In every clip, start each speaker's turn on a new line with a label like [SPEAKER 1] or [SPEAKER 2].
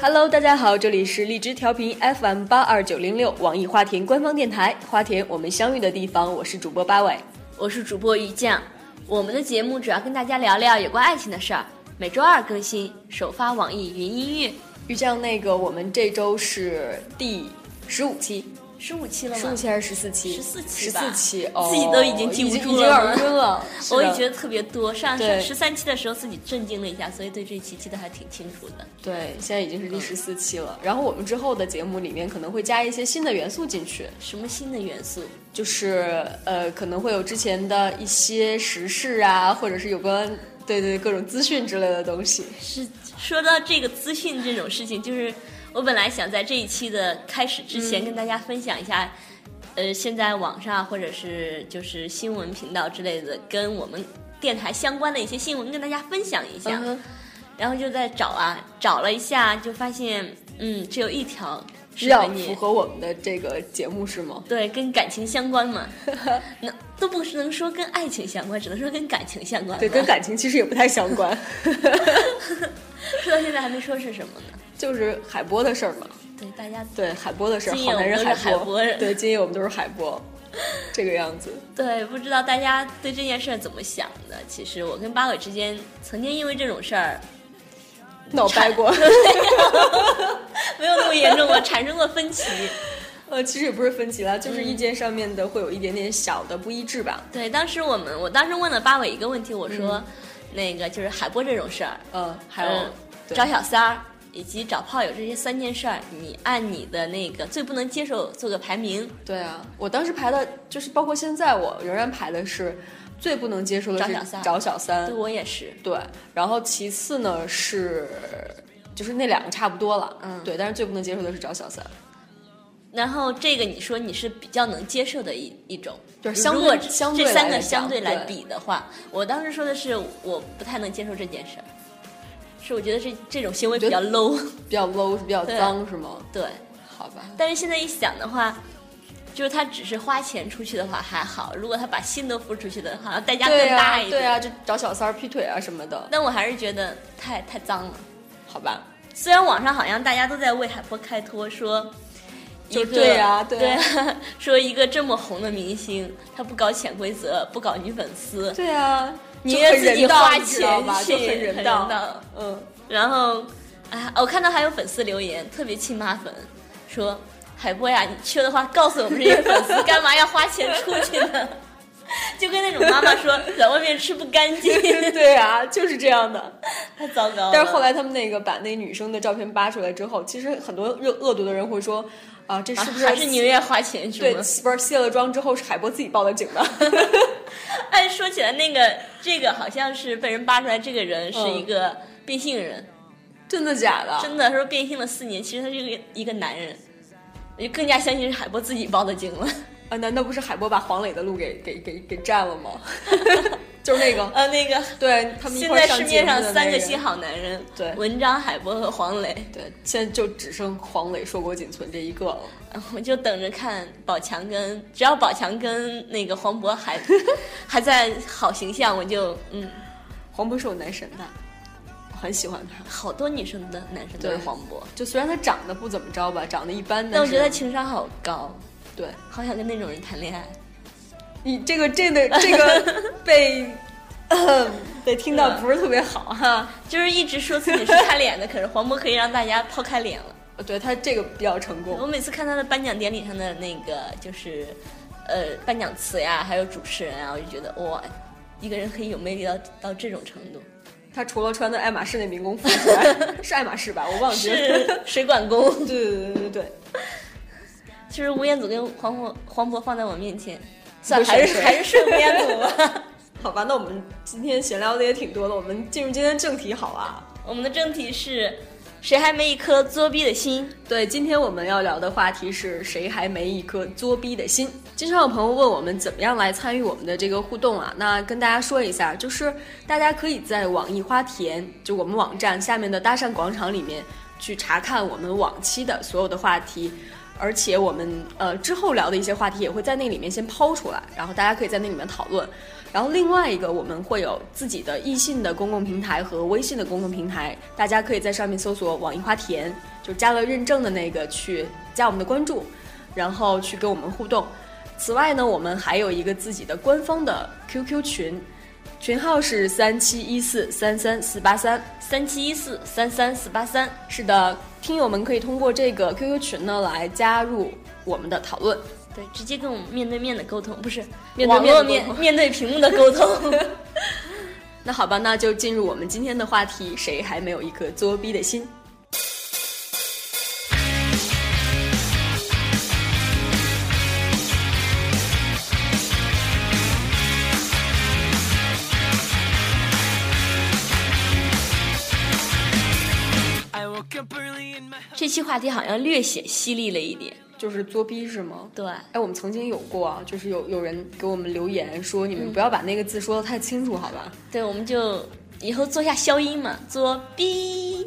[SPEAKER 1] Hello，大家好，这里是荔枝调频 FM 八二九零六，网易花田官方电台，花田我们相遇的地方，我是主播八尾。
[SPEAKER 2] 我是主播于酱。我们的节目主要跟大家聊聊有关爱情的事儿，每周二更新，首发网易云音乐。
[SPEAKER 1] 玉酱，那个我们这周是第十五期，
[SPEAKER 2] 十五期了
[SPEAKER 1] 十五
[SPEAKER 2] 吗？
[SPEAKER 1] 期还是十四期？
[SPEAKER 2] 14
[SPEAKER 1] 十
[SPEAKER 2] 期吧
[SPEAKER 1] 四期，哦，
[SPEAKER 2] 自己都已经记不住了
[SPEAKER 1] 已经耳晕了。是的
[SPEAKER 2] 我也觉得特别多。上
[SPEAKER 1] 对
[SPEAKER 2] 上十三期的时候自己震惊了一下，所以对这一期记得还挺清楚的。
[SPEAKER 1] 对，现在已经是第
[SPEAKER 2] 嗯
[SPEAKER 1] 十四期了。然后我们之后的节目里面可能会加一些新的元素进去，
[SPEAKER 2] 什么新的元素？
[SPEAKER 1] 就是呃，可能会有之前的一些时事啊，或者是有关对对各种资讯之类的东西。
[SPEAKER 2] 是说到这个资讯这种事情，就是我本来想在这一期的开始之前跟大
[SPEAKER 1] 嗯
[SPEAKER 2] 家分享一下，呃，现在网上或者是就是新闻频道之类的，跟我们电台相关的一些新闻跟大家分享一下。
[SPEAKER 1] 嗯哼
[SPEAKER 2] 然后就在找啊，找了一下，就发现，嗯，只有一条
[SPEAKER 1] 比
[SPEAKER 2] 适合
[SPEAKER 1] 较
[SPEAKER 2] 你
[SPEAKER 1] 符，合我们的这个节目是吗？
[SPEAKER 2] 对，跟感情相关嘛，那都不能说跟爱情相关，只能说跟感情相关 吧。
[SPEAKER 1] 对，跟感情其实也不太相关，
[SPEAKER 2] 说到现在还没说是什么呢？
[SPEAKER 1] 就是海波的事儿嘛。
[SPEAKER 2] 对，大家
[SPEAKER 1] 对，海波的事儿，
[SPEAKER 2] 今夜
[SPEAKER 1] 好男人
[SPEAKER 2] 我们都是海
[SPEAKER 1] 波。
[SPEAKER 2] 波人
[SPEAKER 1] 对，今夜我们都是海波， 这个样子。
[SPEAKER 2] 对，不知道大家对这件事儿怎么想的？其实我跟八尾之间曾经因为这种事儿
[SPEAKER 1] 闹掰过，
[SPEAKER 2] 没有那么严重吧，产生过 分歧。
[SPEAKER 1] 呃，其实也不是分歧啦，就是意见上面的会有一点点小的不一致吧。
[SPEAKER 2] 对，当时我们我当时问了八尾一个问题，我说，那个就是海波这种事儿，
[SPEAKER 1] 嗯，还有、
[SPEAKER 2] 嗯
[SPEAKER 1] 对
[SPEAKER 2] 找小三儿以及找炮友这些三件事儿，你按你的那个最不能接受做个排名。
[SPEAKER 1] 对啊，我当时排的就是，包括现在我仍然排的是最不能接受的
[SPEAKER 2] 找
[SPEAKER 1] 是
[SPEAKER 2] 小三
[SPEAKER 1] 找小三
[SPEAKER 2] 对，我也是，
[SPEAKER 1] 对，然后其次呢是就是那两个差不多了，
[SPEAKER 2] 嗯
[SPEAKER 1] 对，但是最不能接受的是找小三，
[SPEAKER 2] 然后这个你说你是比较能接受的一一种，
[SPEAKER 1] 就是相对
[SPEAKER 2] 如果
[SPEAKER 1] 相对
[SPEAKER 2] 这三
[SPEAKER 1] 来
[SPEAKER 2] 个
[SPEAKER 1] 讲
[SPEAKER 2] 相对来
[SPEAKER 1] 对
[SPEAKER 2] 比的话，我当时说的是我不太能接受这件事儿，是我觉得这这种行为比较 low，
[SPEAKER 1] 比较 low 比较
[SPEAKER 2] 对
[SPEAKER 1] 脏是吗？
[SPEAKER 2] 对。
[SPEAKER 1] 好吧，
[SPEAKER 2] 但是现在一想的话，就是他只是花钱出去的话还好，如果他把心都付出去的话，代价更
[SPEAKER 1] 对
[SPEAKER 2] 大
[SPEAKER 1] 啊，
[SPEAKER 2] 一点。
[SPEAKER 1] 对啊，就找小三儿劈腿啊什么的，
[SPEAKER 2] 但我还是觉得太太脏了。
[SPEAKER 1] 好吧，
[SPEAKER 2] 虽然网上好像大家都在为海波开脱，说一
[SPEAKER 1] 就
[SPEAKER 2] 个
[SPEAKER 1] 对啊对
[SPEAKER 2] 对
[SPEAKER 1] 啊
[SPEAKER 2] 说一个这么红的明星，他不搞潜规则，不搞女粉丝，
[SPEAKER 1] 对啊，你
[SPEAKER 2] 宁
[SPEAKER 1] 也
[SPEAKER 2] 愿
[SPEAKER 1] 很
[SPEAKER 2] 自己
[SPEAKER 1] 人道
[SPEAKER 2] 花
[SPEAKER 1] 你知道
[SPEAKER 2] 钱
[SPEAKER 1] 吧，
[SPEAKER 2] 去
[SPEAKER 1] 就很人
[SPEAKER 2] 道。
[SPEAKER 1] 道，嗯，
[SPEAKER 2] 然后，哎，我看到还有粉丝留言，特别亲妈粉，说海波呀，你缺的话告诉我们这些粉丝，干嘛要花钱出去呢？ 就跟那种妈妈说在外面吃不干 净，
[SPEAKER 1] 对啊，就是这样的。
[SPEAKER 2] 太糟糕了。
[SPEAKER 1] 但是后来他们那个把那女生的照片扒出来之后，其实很多恶恶毒的人会说啊，这
[SPEAKER 2] 啊
[SPEAKER 1] 是不
[SPEAKER 2] 还是宁
[SPEAKER 1] 你
[SPEAKER 2] 愿花钱是
[SPEAKER 1] 对
[SPEAKER 2] 吗？
[SPEAKER 1] 不是卸了妆之后是海波自己报的警的？
[SPEAKER 2] 哎，说起来那个这个好像是被人扒出来，这个人是一个变性人，
[SPEAKER 1] 真的假的？
[SPEAKER 2] 真的说变性了四年，其实他是一个一个男人，我就更加相信是海波自己报的警了。
[SPEAKER 1] 啊，难道不是海波把黄磊的路给给给给占了吗？ 就是那个，
[SPEAKER 2] 呃，那个
[SPEAKER 1] 对他们一
[SPEAKER 2] 现
[SPEAKER 1] 块儿
[SPEAKER 2] 在
[SPEAKER 1] 上
[SPEAKER 2] 市面
[SPEAKER 1] 节目
[SPEAKER 2] 上
[SPEAKER 1] 的那
[SPEAKER 2] 三个
[SPEAKER 1] 人
[SPEAKER 2] 新好男人，
[SPEAKER 1] 对
[SPEAKER 2] 文章、海波和黄磊，
[SPEAKER 1] 对，现在就只剩黄磊、硕果仅存这一个了。
[SPEAKER 2] 我就等着看宝强跟只要宝强跟那个黄渤 还还在好形象，我就嗯，
[SPEAKER 1] 黄渤是我男神的，我很喜欢他。
[SPEAKER 2] 好多女生的男生都
[SPEAKER 1] 对
[SPEAKER 2] 是黄渤，
[SPEAKER 1] 就虽然他长得不怎么着吧，长得一般，
[SPEAKER 2] 但我
[SPEAKER 1] 是
[SPEAKER 2] 觉得他情商好高，
[SPEAKER 1] 对
[SPEAKER 2] 好想跟那种人谈恋爱。
[SPEAKER 1] 你这个这个这 个被呃被听到
[SPEAKER 2] 是
[SPEAKER 1] 不是特别好哈。
[SPEAKER 2] 就是一直说自己是看脸的，可是黄渤可以让大家抛开脸了。
[SPEAKER 1] 呃对他这个比较成
[SPEAKER 2] 我
[SPEAKER 1] 功，
[SPEAKER 2] 每次看他的颁奖典礼上的那个就是，呃，颁奖词呀，还有主持人啊，我就觉得哇，一个人可以有魅力到到这种程度，
[SPEAKER 1] 他除了穿的爱马仕那民工服之 外，是爱马仕吧？我忘记了。
[SPEAKER 2] 是水管工。
[SPEAKER 1] 对对对对对，
[SPEAKER 2] 就是吴彦祖跟黄渤黄渤放在我面前，算了
[SPEAKER 1] 你会选
[SPEAKER 2] 还是
[SPEAKER 1] 谁
[SPEAKER 2] 还是睡吴彦祖吧。
[SPEAKER 1] 好吧，那我们今天闲聊的也挺多的，我们进入今天正题好啊。
[SPEAKER 2] 我们的正题是，谁还没一颗作逼的心？
[SPEAKER 1] 对，今天我们要聊的话题是谁还没一颗作逼的心？经常有朋友问我们怎么样来参与我们的这个互动啊？那跟大家说一下，就是大家可以在网易花田，就我们网站下面的搭讪广场里面去查看我们往期的所有的话题。而且我们呃之后聊的一些话题也会在那里面先抛出来，然后大家可以在那里面讨论。然后另外一个我们会有自己的易信的公共平台和微信的公共平台，大家可以在上面搜索“网易花田”，就加了认证的那个去加我们的关注，然后去跟我们互动。此外呢，我们还有一个自己的官方的 QQ 群，群号是三七一四三三四八三。
[SPEAKER 2] 三七一四三三四八三，
[SPEAKER 1] 是的，听友们可以通过这个 QQ 群呢来加入我们的讨论。
[SPEAKER 2] 对，直接跟我们面对面的沟通，不是
[SPEAKER 1] 面对面
[SPEAKER 2] 网络
[SPEAKER 1] 的沟
[SPEAKER 2] 面
[SPEAKER 1] 通
[SPEAKER 2] 面对屏幕的沟通。
[SPEAKER 1] 那好吧，那就进入我们今天的话题：谁还没有一颗作逼的心？
[SPEAKER 3] I woke up early in my house.
[SPEAKER 2] 这期话题好像略显犀利了一点，
[SPEAKER 1] 就是作逼是吗？
[SPEAKER 2] 对，
[SPEAKER 1] 哎，我们曾经有过啊，就是有有人给我们留言说，你们不要把那个字说的太清楚，好吧？
[SPEAKER 2] 对，我们就以后做下消音嘛，做哔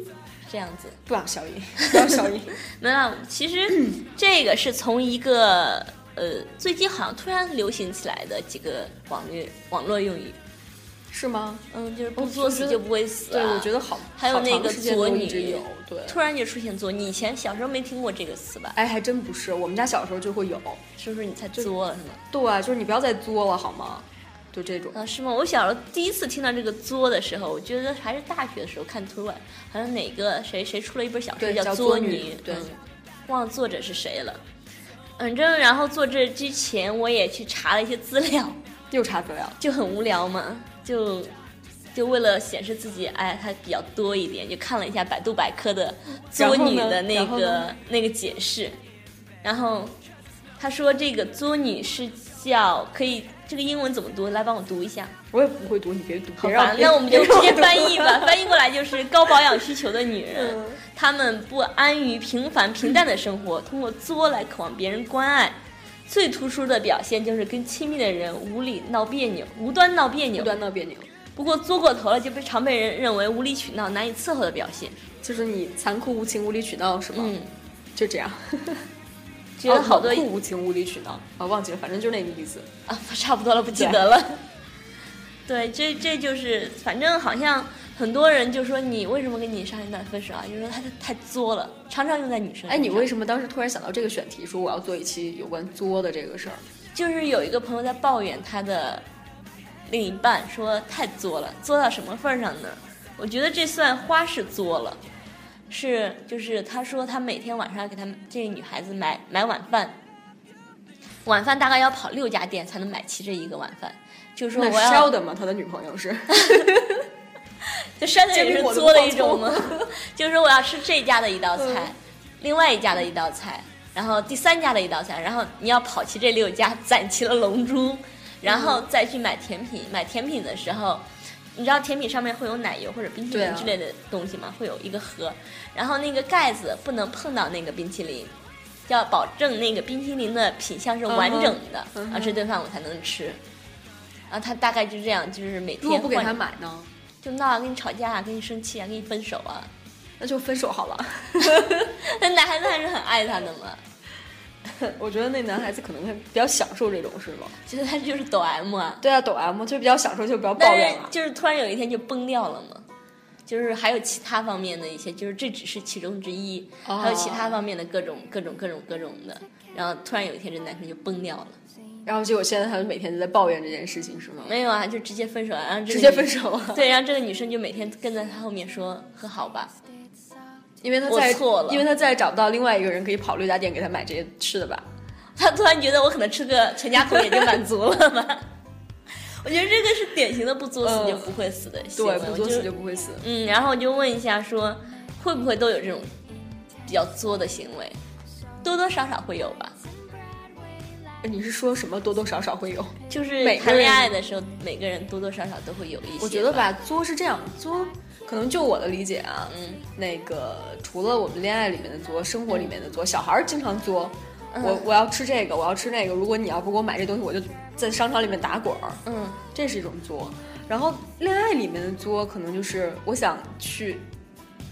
[SPEAKER 2] 这样子。
[SPEAKER 1] 不要小音，不要 小音。
[SPEAKER 2] 没有，其实这个是从一个呃最近好像突然流行起来的几个网络网络用语，
[SPEAKER 1] 是 吗？
[SPEAKER 2] 嗯，就是不作
[SPEAKER 1] 我觉
[SPEAKER 2] 死
[SPEAKER 1] 得
[SPEAKER 2] 就不会死、
[SPEAKER 1] 对，我觉。得好，
[SPEAKER 2] 还有
[SPEAKER 1] 好长
[SPEAKER 2] 那个
[SPEAKER 1] 时间都
[SPEAKER 2] 左
[SPEAKER 1] 一直
[SPEAKER 2] 女
[SPEAKER 1] 有，对。
[SPEAKER 2] 突然就出现左女，以前小时候没听过这个词吧？
[SPEAKER 1] 哎，还真不是，我们家小时候就会有。
[SPEAKER 2] 是不是你才作了是吗？
[SPEAKER 1] 对、就是你不要再作了好吗？就这种。
[SPEAKER 2] 啊，是吗？我小时候第一次听到这个“作”的时候，我觉得还是大学的时候看图文，好像哪个谁谁出了一本小说
[SPEAKER 1] 对
[SPEAKER 2] 叫
[SPEAKER 1] 叫
[SPEAKER 2] 《
[SPEAKER 1] 作
[SPEAKER 2] 作
[SPEAKER 1] 女
[SPEAKER 2] 女》，
[SPEAKER 1] 对
[SPEAKER 2] 嗯，忘了作者是谁了。反正然后做这之前，我也去查了一些资料，
[SPEAKER 1] 又啊查资料，
[SPEAKER 2] 就很无聊嘛，就就为了显示自己哎，它比较多一点，就看了一下百度百科的“
[SPEAKER 1] 然
[SPEAKER 2] 作
[SPEAKER 1] 后呢
[SPEAKER 2] 女”的那
[SPEAKER 1] 然后
[SPEAKER 2] 个
[SPEAKER 1] 呢
[SPEAKER 2] 那个解释，然后他说这个“作女”是叫可以这个英文怎么读？来帮我读一下。
[SPEAKER 1] 我也不会读，你别读，
[SPEAKER 2] 好
[SPEAKER 1] 别让
[SPEAKER 2] 吧，
[SPEAKER 1] 别
[SPEAKER 2] 那我们
[SPEAKER 1] 别
[SPEAKER 2] 就
[SPEAKER 1] 让
[SPEAKER 2] 直接
[SPEAKER 1] 我读
[SPEAKER 2] 翻 译吧，翻译过来就是高保养需求的女人
[SPEAKER 1] 嗯，
[SPEAKER 2] 她们不安于平凡平淡的生活，通过作来渴望别人关爱。最突出的表现就是跟亲密的人无理闹别扭，无端闹别
[SPEAKER 1] 不
[SPEAKER 2] 扭。
[SPEAKER 1] 端闹别扭。
[SPEAKER 2] 不过作过头了就被常被人认为无理取闹、难以伺候的表现。
[SPEAKER 1] 就是你残酷无情无理取闹是吗？
[SPEAKER 2] 嗯，
[SPEAKER 1] 就 这样。哦
[SPEAKER 2] 觉得好多、
[SPEAKER 1] 啊酷无情无理取闹啊，忘记了，反正就那个意思。
[SPEAKER 2] 啊， 差不多了，不记得了。 对，这这就是，反正好像很多人就说你为什么跟你上一段分手啊？就说他太作了，常常用在女生身上。
[SPEAKER 1] 哎，你为什么当时突然想到这个选题，说我要做一期有关作的这个事儿？
[SPEAKER 2] 就是有一个朋友在抱怨他的另一半说太作了，作到什么份儿上呢？我觉得这算花式作了，是就是他说他每天晚上要给他们这个女孩子买买晚饭，晚饭大概要跑六家店才能买齐这一个晚饭，就是说
[SPEAKER 1] 那
[SPEAKER 2] 我要
[SPEAKER 1] Sheldon 吗？他的女朋 友是
[SPEAKER 2] 就山东
[SPEAKER 1] 煎
[SPEAKER 2] 也
[SPEAKER 1] 饼
[SPEAKER 2] 是
[SPEAKER 1] 果子
[SPEAKER 2] 作的
[SPEAKER 1] 爆
[SPEAKER 2] 一种
[SPEAKER 1] 葱
[SPEAKER 2] 吗？ 就是说我要吃这家的一道菜
[SPEAKER 1] 嗯，
[SPEAKER 2] 另外一家的一道菜，然后第三家的一道菜，然后你要跑齐这六家，攒齐了龙珠，然后
[SPEAKER 1] 嗯
[SPEAKER 2] 再去买甜品。买甜品的时候，你知道甜品上面会有奶油或者冰淇
[SPEAKER 1] 对
[SPEAKER 2] 淋
[SPEAKER 1] 啊
[SPEAKER 2] 之类的东西吗？会有一个盒，然后那个盖子不能碰到那个冰淇淋。要保证那个冰淇淋的品相是完整的，
[SPEAKER 1] 嗯哼
[SPEAKER 2] 啊，这顿饭我才能吃。然后他大概就这样，就是每
[SPEAKER 1] 如果
[SPEAKER 2] 天
[SPEAKER 1] 不给
[SPEAKER 2] 换
[SPEAKER 1] 他买呢，
[SPEAKER 2] 就闹啊，跟你吵架啊，跟你生气啊，跟你分手啊。
[SPEAKER 1] 那就分手好了。
[SPEAKER 2] 但男孩子还是很爱她的嘛，
[SPEAKER 1] 我觉得那男孩子可能会比较享受这种是吧？
[SPEAKER 2] 觉得他就是抖 M 啊。
[SPEAKER 1] 对啊，抖 M 就比较享受，就比较抱
[SPEAKER 2] 但
[SPEAKER 1] 怨啊
[SPEAKER 2] 是
[SPEAKER 1] 了。
[SPEAKER 2] 就是突然有一天就崩掉了嘛，就是还有其他方面的一些，就是这只是其中之一，
[SPEAKER 1] 哦
[SPEAKER 2] 还有其他方面的各种各种各种各种的。然后突然有一天，这男生就崩掉了。
[SPEAKER 1] 然后结果现在他就每天就在抱怨这件事情是吗？
[SPEAKER 2] 没有啊，就直接分手啊，然后这个
[SPEAKER 1] 直接
[SPEAKER 2] 女
[SPEAKER 1] 分手啊
[SPEAKER 2] 对，然后这个女生就每天跟在他后面说和好吧，
[SPEAKER 1] 因为他
[SPEAKER 2] 我
[SPEAKER 1] 再
[SPEAKER 2] 错了
[SPEAKER 1] 因为他再也找不到另外一个人可以跑六家店给他买这些吃的吧？
[SPEAKER 2] 他突然觉得我可能吃个全家桶也就满足了吧。 我觉得这个是典型的不作死就不会死的行为，
[SPEAKER 1] 嗯对，不作
[SPEAKER 2] 我
[SPEAKER 1] 死
[SPEAKER 2] 就
[SPEAKER 1] 就不会死。
[SPEAKER 2] 嗯，然后我就问一下说，会不会都有这种比较作的行为？多多少少会有吧，
[SPEAKER 1] 哎你是说什么多多少少会有？
[SPEAKER 2] 就是
[SPEAKER 1] 每个
[SPEAKER 2] 谈恋
[SPEAKER 1] 人
[SPEAKER 2] 爱的时候，每个人多多少少都会有一些。
[SPEAKER 1] 我觉得，吧，作是这样，作可能就我的理解啊，嗯，那个除了我们恋爱里面的作，生活里面的作，小孩儿经常作。我我要吃这个，我要吃那个。如果你要不给我买这东西，我就在商场里面打滚儿，
[SPEAKER 2] 嗯，
[SPEAKER 1] 这是一种作。然后恋爱里面的作，可能就是我想去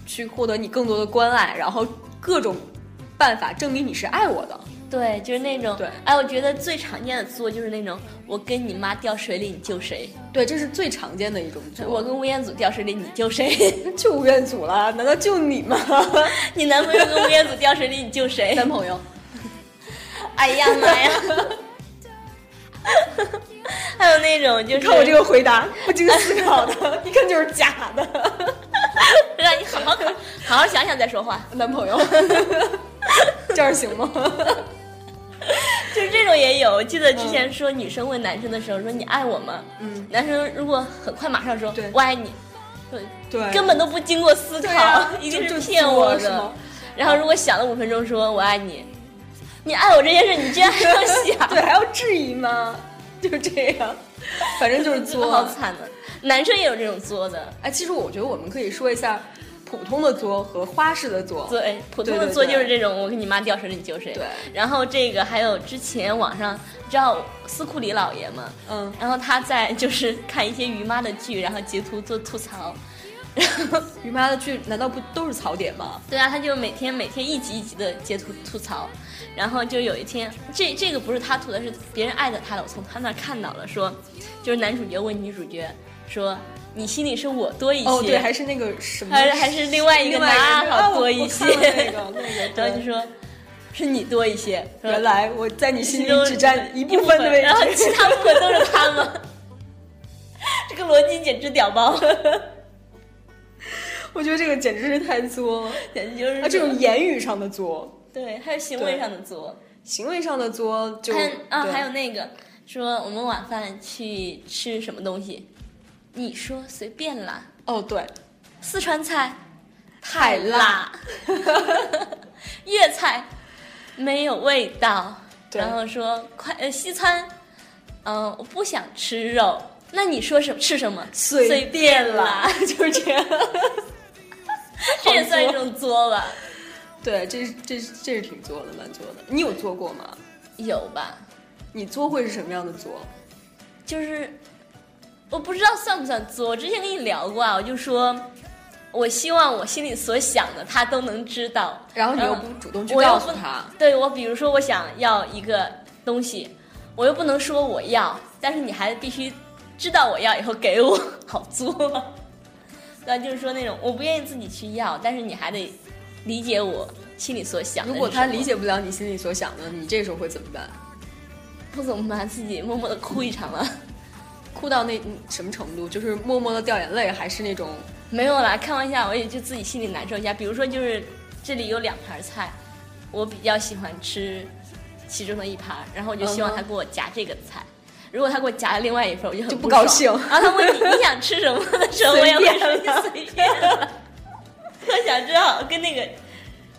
[SPEAKER 1] 去获得你更多的关爱，然后各种办法证明你是爱我的。
[SPEAKER 2] 对，就是那种
[SPEAKER 1] 对，
[SPEAKER 2] 哎，我觉得最常见的作就是那种，我跟你妈掉水里，你救谁？
[SPEAKER 1] 对，这是最常见的一种作。
[SPEAKER 2] 我跟吴彦祖掉水里，你救谁？
[SPEAKER 1] 就吴彦祖了，难道就你吗？
[SPEAKER 2] 你男朋友跟吴彦祖掉水里，你救 谁？
[SPEAKER 1] 男朋友，
[SPEAKER 2] 哎呀妈 呀！还有那种就是，
[SPEAKER 1] 你看我这个回答不经思考的， 一看就是假的。
[SPEAKER 2] 让你好好考，好好想想再说话。
[SPEAKER 1] 男朋友， 这样行吗？
[SPEAKER 2] 就是这种也有，我记得之前说女生问男生的时候说你爱我吗？
[SPEAKER 1] 嗯，
[SPEAKER 2] 男生如果很快马上说
[SPEAKER 1] 对
[SPEAKER 2] 我爱你，对，
[SPEAKER 1] 对，
[SPEAKER 2] 根本都不经过思考，
[SPEAKER 1] 对 啊
[SPEAKER 2] 一
[SPEAKER 1] 就
[SPEAKER 2] 定
[SPEAKER 1] 就是
[SPEAKER 2] 骗
[SPEAKER 1] 作
[SPEAKER 2] 我
[SPEAKER 1] 是吗
[SPEAKER 2] 的。然后如果想了五分钟说我爱你，你爱我这件事你居然还要 想，
[SPEAKER 1] 对，还要质疑吗？就这样，反正就是作。啊
[SPEAKER 2] 好惨的。男生也有这种作的，
[SPEAKER 1] 哎，其实我觉得我们可以说一下普通的作和花式的作。
[SPEAKER 2] 对，哎普通
[SPEAKER 1] 对
[SPEAKER 2] 的
[SPEAKER 1] 对
[SPEAKER 2] 作
[SPEAKER 1] 对
[SPEAKER 2] 就是这种，我跟你妈掉水里你救谁。
[SPEAKER 1] 对
[SPEAKER 2] 然后这个还有之前网上你知道斯库里老爷吗？
[SPEAKER 1] 嗯，
[SPEAKER 2] 然后他在就是看一些于妈的剧，然后截图做吐槽。然后，
[SPEAKER 1] 于妈的剧难道不都是槽点吗？
[SPEAKER 2] 对啊，他就每天每天一集一集的截图吐槽，然后就有一天，这这个不是他吐的，是别人艾特他的，我从他那儿看到了，说就是男主角问女主角说你心里是我多一些，
[SPEAKER 1] 哦，对，还是那个什么，
[SPEAKER 2] 还是还是另外一个
[SPEAKER 1] 另
[SPEAKER 2] 男
[SPEAKER 1] 外
[SPEAKER 2] 二
[SPEAKER 1] 一个
[SPEAKER 2] 号
[SPEAKER 1] 啊我
[SPEAKER 2] 多一些，
[SPEAKER 1] 我看了那个那个，
[SPEAKER 2] 然后就说是你多一些，说
[SPEAKER 1] 原来我在你心里
[SPEAKER 2] 中
[SPEAKER 1] 只占一部分的位
[SPEAKER 2] 然后其
[SPEAKER 1] 置。
[SPEAKER 2] 他部分都是他们。这个逻辑简直 屌爆，
[SPEAKER 1] 我觉得这个简直是太作了，
[SPEAKER 2] 简直就是
[SPEAKER 1] 啊，这种言语上的作，
[SPEAKER 2] 对，还有行为上的作，
[SPEAKER 1] 行为上的作就
[SPEAKER 2] 还有啊，
[SPEAKER 1] 对
[SPEAKER 2] 还有那个说我们晚饭去吃什么东西，你说随便啦，
[SPEAKER 1] 哦，对，
[SPEAKER 2] 四川菜
[SPEAKER 1] 太辣，
[SPEAKER 2] 粤菜没有味道，
[SPEAKER 1] 对
[SPEAKER 2] 然后说快呃西餐，嗯、我不想吃肉，那你说什么吃什么？
[SPEAKER 1] 随
[SPEAKER 2] 便
[SPEAKER 1] 啦
[SPEAKER 2] 啦，
[SPEAKER 1] 就是这样。
[SPEAKER 2] 这也算一种作吧？
[SPEAKER 1] 对，这是这是这是挺作的，蛮作的。你有作过吗？
[SPEAKER 2] 有吧？
[SPEAKER 1] 你作会是什么样的作？
[SPEAKER 2] 就是我不知道算不算作，我之前跟你聊过啊，我就说。我希望我心里所想的他都能知道，
[SPEAKER 1] 然后你又
[SPEAKER 2] 嗯
[SPEAKER 1] 不主动去
[SPEAKER 2] 我又
[SPEAKER 1] 告诉
[SPEAKER 2] 不
[SPEAKER 1] 他，
[SPEAKER 2] 对我，比如说我想要一个东西，我又不能说我要，但是你还必须知道我要以后给我，好作啊。那就是说那种我不愿意自己去要，但是你还得理解我心里所想的
[SPEAKER 1] 如
[SPEAKER 2] 是
[SPEAKER 1] 果
[SPEAKER 2] 什么。
[SPEAKER 1] 他理解不了你心里所想的，你这时候会怎么办？
[SPEAKER 2] 不怎么办，自己默默的哭一场了。
[SPEAKER 1] 哭到那嗯什么程度？就是默默的掉眼泪，还是那种
[SPEAKER 2] 没有啦，开玩笑，我也就自己心里难受一下。比如说，就是这里有两盘菜，我比较喜欢吃其中的一盘，然后我就希望他给我夹这个菜。
[SPEAKER 1] 嗯
[SPEAKER 2] 如果他给我夹了另外一份，我就很
[SPEAKER 1] 就不
[SPEAKER 2] 不爽
[SPEAKER 1] 高 兴
[SPEAKER 2] 然后他问你你想吃什么的时候，我也会说你随便了。我想知道跟那个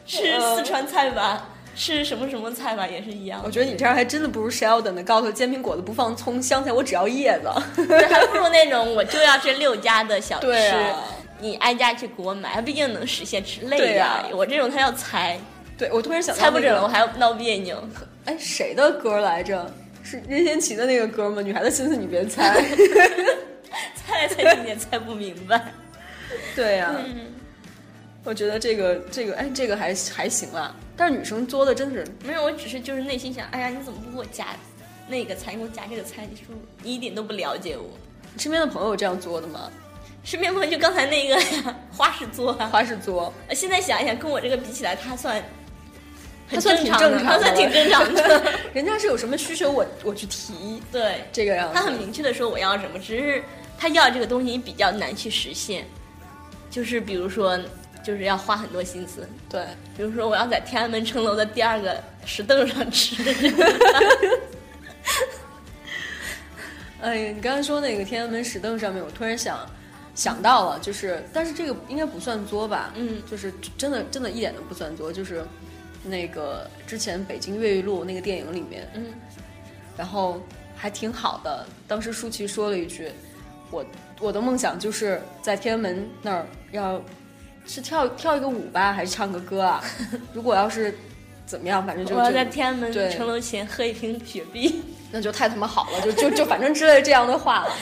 [SPEAKER 2] 吃
[SPEAKER 1] 嗯
[SPEAKER 2] 四川菜吧，吃什么什么菜吧也是一样
[SPEAKER 1] 我。觉得你这样还真的不如 Sheldon 的，告诉煎饼果子不放葱，香菜我只要叶子。
[SPEAKER 2] 对还不如那种我就要这六家的小吃
[SPEAKER 1] 对啊，
[SPEAKER 2] 你挨家去给我买，它毕竟能实现吃累
[SPEAKER 1] 对
[SPEAKER 2] 点
[SPEAKER 1] 啊
[SPEAKER 2] 儿。我这种他要猜，
[SPEAKER 1] 对我突然想到
[SPEAKER 2] 猜不
[SPEAKER 1] 那个
[SPEAKER 2] 准了我还要闹别 扭。
[SPEAKER 1] 哎谁的歌来着？是任贤齐的那个歌吗？女孩子心思你别猜。
[SPEAKER 2] 猜来猜去你也猜不明白。
[SPEAKER 1] 对呀、
[SPEAKER 2] 嗯
[SPEAKER 1] 我觉得这个这个哎这个还还行啦，但是女生作的真是
[SPEAKER 2] 没有，我只是就是内心想，哎呀，你怎么不给我夹那个菜，你给我夹这个菜，你是不是你一点都不了解我？
[SPEAKER 1] 身边的朋友有这样作的吗？
[SPEAKER 2] 身边朋友就刚才那个 花式作啊，
[SPEAKER 1] 花式作，
[SPEAKER 2] 现在想一想，跟我这个比起来，他算很
[SPEAKER 1] 他算挺。
[SPEAKER 2] 常的，他算挺正常的。
[SPEAKER 1] 人家是有什么需求我我去提
[SPEAKER 2] 对，
[SPEAKER 1] 这个样子。
[SPEAKER 2] 他很明确的说我要什么，只是他要这个东西比较难去实现，就是比如说，就是要花很多心思。
[SPEAKER 1] 对，
[SPEAKER 2] 比如说，我要在天安门城楼的第二个石凳上吃，
[SPEAKER 1] 哎呀，你刚才说那个天安门石凳上面，我突然想想到了，就是但是这个应该不算作吧？
[SPEAKER 2] 嗯
[SPEAKER 1] 就是真的真的一点都不算作，就是那个之前北京越狱录那个电影里面，
[SPEAKER 2] 嗯，
[SPEAKER 1] 然后还挺好的。当时舒淇说了一句：“我我的梦想就是在天安门那儿要是跳跳一个舞吧，还是唱个歌啊？ 如果要是怎么样，反正就
[SPEAKER 2] 我要
[SPEAKER 1] 就
[SPEAKER 2] 在天安门
[SPEAKER 1] 对
[SPEAKER 2] 城楼前喝一瓶雪碧。
[SPEAKER 1] 那就太他妈好了，就 就就反正之类这样的话了，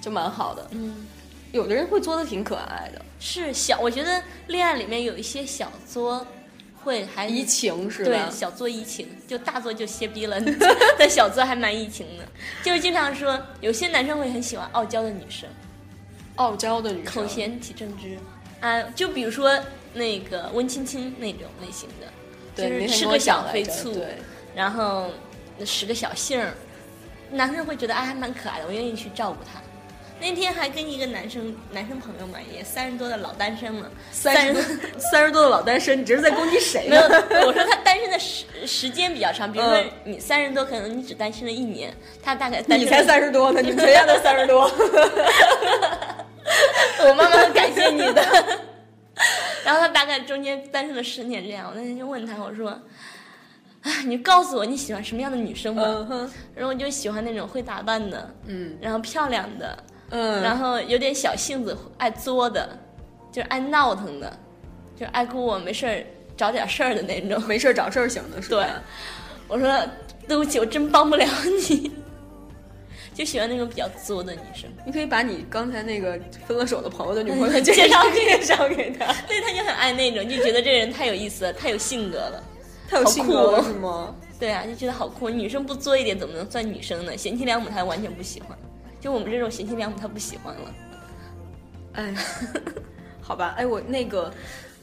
[SPEAKER 1] 就蛮好的。
[SPEAKER 2] 嗯，
[SPEAKER 1] 有的人会做的挺可爱的，
[SPEAKER 2] 是小，我觉得恋爱里面有一些小作，会还
[SPEAKER 1] 移情是
[SPEAKER 2] 嗯对
[SPEAKER 1] 吧？
[SPEAKER 2] 小作怡情，就大作就歇逼了， 但小作还蛮怡情的，就是经常说有些男生会很喜欢傲娇的女生，
[SPEAKER 1] 傲娇的女
[SPEAKER 2] 口
[SPEAKER 1] 生，
[SPEAKER 2] 嫌体正直，啊，就比如说那个温青青那种类型的，
[SPEAKER 1] 对，
[SPEAKER 2] 就是
[SPEAKER 1] 那天
[SPEAKER 2] 吃
[SPEAKER 1] 跟
[SPEAKER 2] 个
[SPEAKER 1] 我讲
[SPEAKER 2] 小
[SPEAKER 1] 来
[SPEAKER 2] 飞
[SPEAKER 1] 着
[SPEAKER 2] 醋
[SPEAKER 1] 对，
[SPEAKER 2] 然后使个小性儿，男生会觉得啊还蛮可爱的，我愿意去照顾他。那天还跟一个男生男生朋友嘛，也三十多的老单身了，
[SPEAKER 1] 三
[SPEAKER 2] 十
[SPEAKER 1] 十 多三十多的老单身，你这是在攻击谁
[SPEAKER 2] 没
[SPEAKER 1] 呢
[SPEAKER 2] 有，？ 我说他单身的时时间比较长，比如说
[SPEAKER 1] 嗯
[SPEAKER 2] 你三十多，可能你只单身了一年，他大概 单
[SPEAKER 1] 你
[SPEAKER 2] 身
[SPEAKER 1] 才三十 多呢，你们全家都三十多。
[SPEAKER 2] 十， 我妈妈很感谢你的。然后他大概中间单身了十年这样，我那天就问他，我说。 哎，你告诉我你喜欢什么样的女生吧。
[SPEAKER 1] 嗯哼，
[SPEAKER 2] 然后我就喜欢那种会打扮的，
[SPEAKER 1] 嗯
[SPEAKER 2] 然后漂亮的，
[SPEAKER 1] 嗯，
[SPEAKER 2] 然后有点小性子，爱作的，就是爱闹腾的，就是爱给我没事儿找点事儿的那种。
[SPEAKER 1] 没事儿找事儿型的是吧？
[SPEAKER 2] 对，我说对不起，我真帮不了你。 就喜欢那种比较作的女生，
[SPEAKER 1] 你可以把你刚才那个分了手的朋友的女朋友介
[SPEAKER 2] 嗯介
[SPEAKER 1] 绍
[SPEAKER 2] 绍
[SPEAKER 1] 介绍给他，
[SPEAKER 2] 对，她就很爱那种，就觉得这人太有意思了，太有性格了。
[SPEAKER 1] 太有
[SPEAKER 2] 好
[SPEAKER 1] 性
[SPEAKER 2] 酷
[SPEAKER 1] 格了
[SPEAKER 2] 哦
[SPEAKER 1] 是吗？
[SPEAKER 2] 对啊，就觉得好酷。女生不作一点怎么能算女生呢？贤妻良母她完全不喜欢，就我们这种贤妻良母她不喜欢了。
[SPEAKER 1] 哎， 好吧，哎，我那个，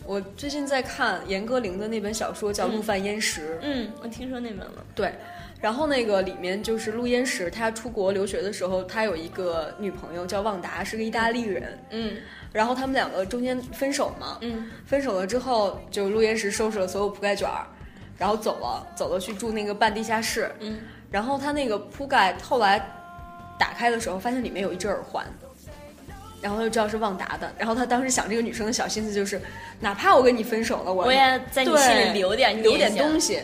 [SPEAKER 1] 我最近在看严歌苓的那本小说，叫《陆犯焉识》。
[SPEAKER 2] 嗯，我听说那本了。
[SPEAKER 1] 对，然后那个里面就是陆焉识，他出国留学的时候，他有一个女朋友叫旺达，是个意大利人。
[SPEAKER 2] 嗯
[SPEAKER 1] 然后他们两个中间分手嘛，
[SPEAKER 2] 嗯
[SPEAKER 1] 分手了之后，就陆焉识收拾了所有铺盖卷儿，然后走了，走了去住那个半地下室。
[SPEAKER 2] 嗯，
[SPEAKER 1] 然后他那个铺盖后来打开的时候，发现里面有一只耳环，然后就知道是旺达的。然后他当时想，这个女生的小心思就是，哪怕我跟你分手了，我
[SPEAKER 2] 我也在你心里留点
[SPEAKER 1] 对留点
[SPEAKER 2] 念想
[SPEAKER 1] 东西，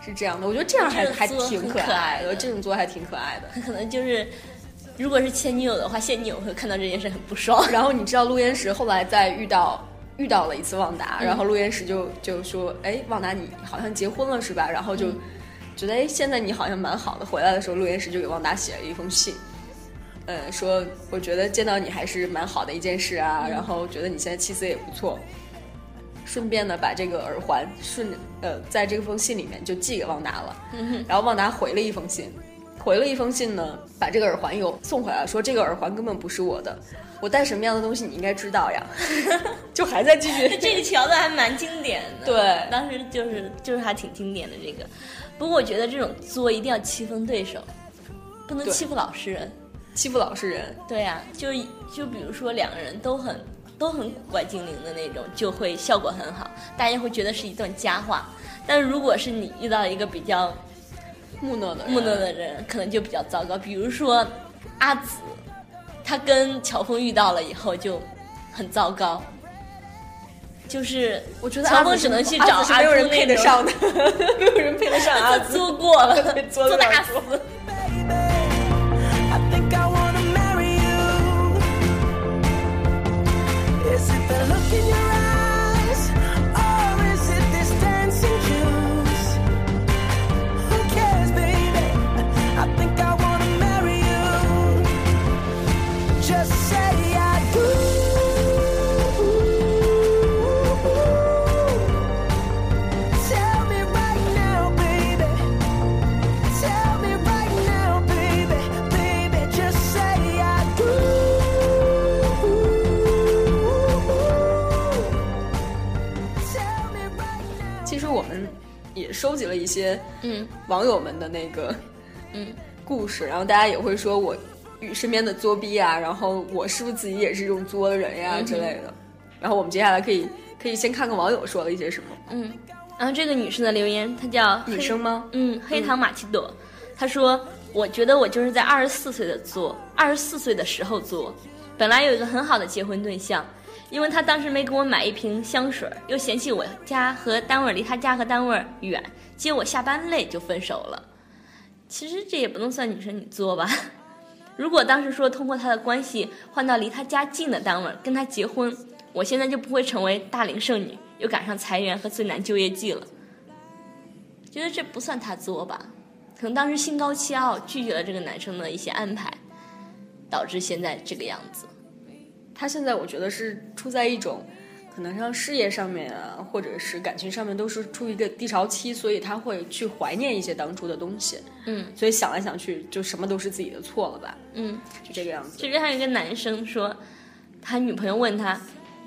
[SPEAKER 1] 是这样的。我觉得这样还
[SPEAKER 2] 这个
[SPEAKER 1] 还
[SPEAKER 2] 做
[SPEAKER 1] 挺
[SPEAKER 2] 很
[SPEAKER 1] 可
[SPEAKER 2] 可
[SPEAKER 1] 爱
[SPEAKER 2] 爱
[SPEAKER 1] 的，
[SPEAKER 2] 的
[SPEAKER 1] 这种做还挺可爱的。
[SPEAKER 2] 可能就是，如果是前女友的话，现女友会看到这件事很不 爽。
[SPEAKER 1] 然后你知道陆焉识后来再遇到遇到了一次旺达，然后陆焉识就就说：“哎，旺达你好像结婚了是吧？”然后就觉得哎，现在你好像蛮好的。回来的时候，陆焉识就给旺达写了一封信。呃，说我觉得见到你还是蛮好的一件事啊，然后觉得你现在气色也不错，顺便呢把这个耳环顺呃在这封信里面就寄给旺达了，然后旺达回了一封信，回了一封信呢，把这个耳环又送回来了，说这个耳环根本不是我的，我戴什么样的东西你应该知道呀， 就还在继续。
[SPEAKER 2] 这个桥段还蛮经典的，
[SPEAKER 1] 对
[SPEAKER 2] 当时就是就是还挺经典的这个。不过我觉得这种作一定要欺负对手，不能
[SPEAKER 1] 对
[SPEAKER 2] 欺负老实人。
[SPEAKER 1] 欺负老实人，
[SPEAKER 2] 对呀、就就比如说两个人都很都很古怪精灵的那种，就会效果很好，大家会觉得是一段佳话。但如果是你遇到一个比较
[SPEAKER 1] 木讷的人
[SPEAKER 2] 木讷的人，可能就比较糟糕。比如说阿紫，她跟乔峰遇到了以后就很糟糕，就是
[SPEAKER 1] 我觉得
[SPEAKER 2] 乔
[SPEAKER 1] 阿
[SPEAKER 2] 峰
[SPEAKER 1] 紫
[SPEAKER 2] 只
[SPEAKER 1] 是
[SPEAKER 2] 能去
[SPEAKER 1] 阿
[SPEAKER 2] 找
[SPEAKER 1] 紫
[SPEAKER 2] 阿
[SPEAKER 1] 是没有
[SPEAKER 2] 朱
[SPEAKER 1] 人
[SPEAKER 2] 那
[SPEAKER 1] 配得
[SPEAKER 2] 种
[SPEAKER 1] 上的， 没有人配得上阿
[SPEAKER 2] 他
[SPEAKER 1] 紫。
[SPEAKER 2] 作过了，
[SPEAKER 1] 作
[SPEAKER 2] 作
[SPEAKER 1] 得
[SPEAKER 2] 大
[SPEAKER 1] 了
[SPEAKER 2] 死。
[SPEAKER 3] I think I wanna marry you. Is it the look in your eyes, or is it this dancing juice? Who cares, baby? I think I wanna marry you. Just say I do. Tell me right now, baby. Tell me right now, baby, baby, just say I do. Tell me right now.
[SPEAKER 1] 其实我们也收集了一些
[SPEAKER 2] 嗯
[SPEAKER 1] 网友们的那个
[SPEAKER 2] 嗯，
[SPEAKER 1] 故事，然后大家也会说我与身边的作逼啊，然后我是不是自己也是一种作的人
[SPEAKER 2] 嗯
[SPEAKER 1] 呀、之类的。然后我们接下来可以可以先看看网友说了一些什么。
[SPEAKER 2] 嗯。然后这个女生的留言，她叫
[SPEAKER 1] 女
[SPEAKER 2] 黑
[SPEAKER 1] 生吗？
[SPEAKER 2] 嗯，黑糖玛奇朵，她说：“我觉得我就是在二十四岁的做，二十四岁的时候做，本来有一个很好的结婚对象，因为他当时没给我买一瓶香水，又嫌弃我家和单位离他家和单位远，接我下班累就分手了。其实这也不能算女生你作吧。” 如果当时说通过他的关系换到离他家近的单位跟他结婚，我现在就不会成为大龄剩女，又赶上裁员和最难就业季了。觉得这不算他作吧，可能当时心高气傲，拒绝了这个男生的一些安排，导致现在这个样子。
[SPEAKER 1] 她现在我觉得是处在一种可能像事业上面啊，或者是感情上面，都是处于一个低潮期，所以他会去怀念一些当初的东西。
[SPEAKER 2] 嗯
[SPEAKER 1] 所以想来想去，就什么都是自己的错了吧，
[SPEAKER 2] 嗯，
[SPEAKER 1] 就这个样子。
[SPEAKER 2] 这边还有一个男生说，他女朋友问他，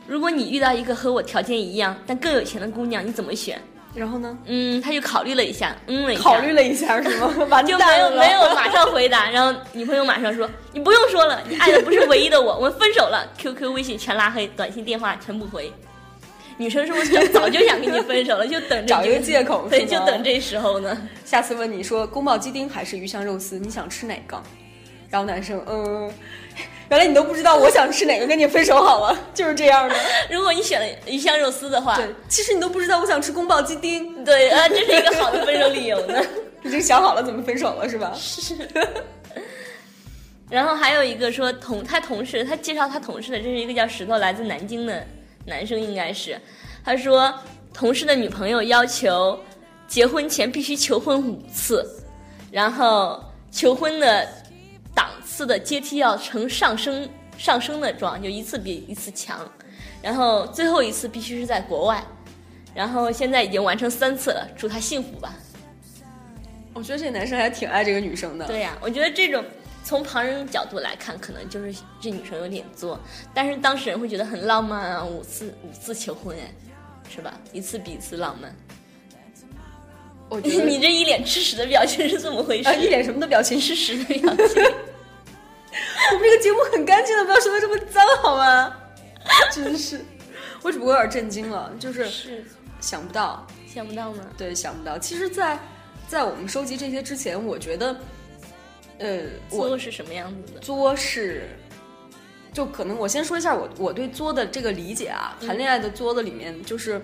[SPEAKER 2] 如果你遇到一个和我条件一样但更有钱的姑娘，你怎么选？
[SPEAKER 1] 然后呢，
[SPEAKER 2] 嗯，他就考虑了一下，嗯了一下，
[SPEAKER 1] 考虑了一下是 吗？完
[SPEAKER 2] 就没
[SPEAKER 1] 蛋
[SPEAKER 2] 有
[SPEAKER 1] 了，
[SPEAKER 2] 没有马上回答，然后女朋友马上说：“你不用说了，你爱的不是唯一的我，我们分手了。”QQ、微信全拉黑，短信、电话全不回。女生是不是早就想跟你分手了，就等着
[SPEAKER 1] 找一个
[SPEAKER 2] 这
[SPEAKER 1] 借口
[SPEAKER 2] 对，
[SPEAKER 1] 是
[SPEAKER 2] 就
[SPEAKER 1] 吗
[SPEAKER 2] 等这时候呢。
[SPEAKER 1] 下次问你说宫保鸡丁还是鱼香肉丝，你想吃哪个？然后男生，嗯，原来你都不知道我想吃哪个，跟你分手好了， 就是这样的。
[SPEAKER 2] 如果你选了鱼香肉丝的话，
[SPEAKER 1] 对，其实你都不知道我想吃宫保鸡丁，
[SPEAKER 2] 对啊，这是一个好的分手理由呢。
[SPEAKER 1] 已经想好了怎么分手了是吧？
[SPEAKER 2] 然后还有一个说同他同事，他介绍他同事的，这是一个叫石头，来自南京的男生，应该是。他说同事的女朋友要求结婚前必须求婚五次，然后求婚的档次的阶梯要呈上升上升的状，就一次比一次强。然后最后一次必须是在国外，然后现在已经完成三次了，祝他幸福吧。
[SPEAKER 1] 我觉得这男生还挺爱这个女生 的。
[SPEAKER 2] 对呀、我觉得这种从旁人角度来看，可能就是这女生有点作，但是当事人会觉得很浪漫啊，五次五次求婚，哎，是吧？一次比一次浪漫。
[SPEAKER 1] 我觉得
[SPEAKER 2] 你这一脸吃屎的表情是怎么回事？
[SPEAKER 1] 啊，一脸什么的表情，
[SPEAKER 2] 吃屎的表情。
[SPEAKER 1] 我们这个节目很干净的，不要说的这么脏好吗？ 真是，我只不过有点震惊了， 就是
[SPEAKER 2] 是
[SPEAKER 1] 想不到，
[SPEAKER 2] 想不到吗？
[SPEAKER 1] 对，想不到。其实在，在我们收集这些之前，我觉得，呃，我
[SPEAKER 2] 作是什么样子的？
[SPEAKER 1] 作是，就可能我先说一下我我对作的这个理解啊，谈恋爱的作的里面就是，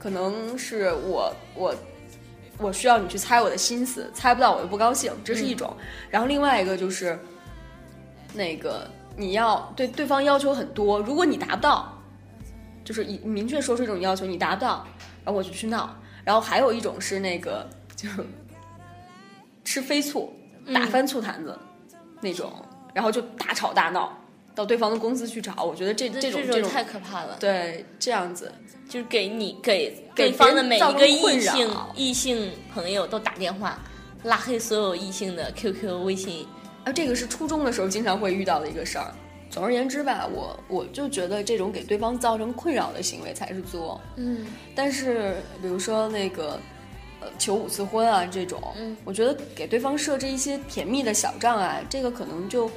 [SPEAKER 1] 可能是我我。我需要你去猜我的心思，猜不到我就不高兴，这是一种。然后另外一个就是，那个你要对对方要求很多，如果你达不到，就是以明确说出一种要求，你达不到，然后我就去闹。然后还有一种是那个就是吃飞醋，打翻醋坛子、那种，然后就大吵大闹，到对方的公司去找。我觉得这
[SPEAKER 2] 这
[SPEAKER 1] 种这
[SPEAKER 2] 种
[SPEAKER 1] 种
[SPEAKER 2] 太可怕了，
[SPEAKER 1] 对这样子，
[SPEAKER 2] 就是给你给
[SPEAKER 1] 给
[SPEAKER 2] 对方
[SPEAKER 1] 别
[SPEAKER 2] 的
[SPEAKER 1] 人
[SPEAKER 2] 每
[SPEAKER 1] 造
[SPEAKER 2] 一
[SPEAKER 1] 成
[SPEAKER 2] 个异
[SPEAKER 1] 困扰
[SPEAKER 2] 性异性朋友都打电话，拉黑所有异性的 QQ、微信。
[SPEAKER 1] 啊，这个是初中的时候经常会遇到的一个事儿。总而言之吧，我我就觉得这种给对方造成困扰的行为才是作。
[SPEAKER 2] 嗯，
[SPEAKER 1] 但是比如说那个，呃，求五次婚啊这种，
[SPEAKER 2] 嗯
[SPEAKER 1] 我觉得给对方设置一些甜蜜的小障碍，这个可能就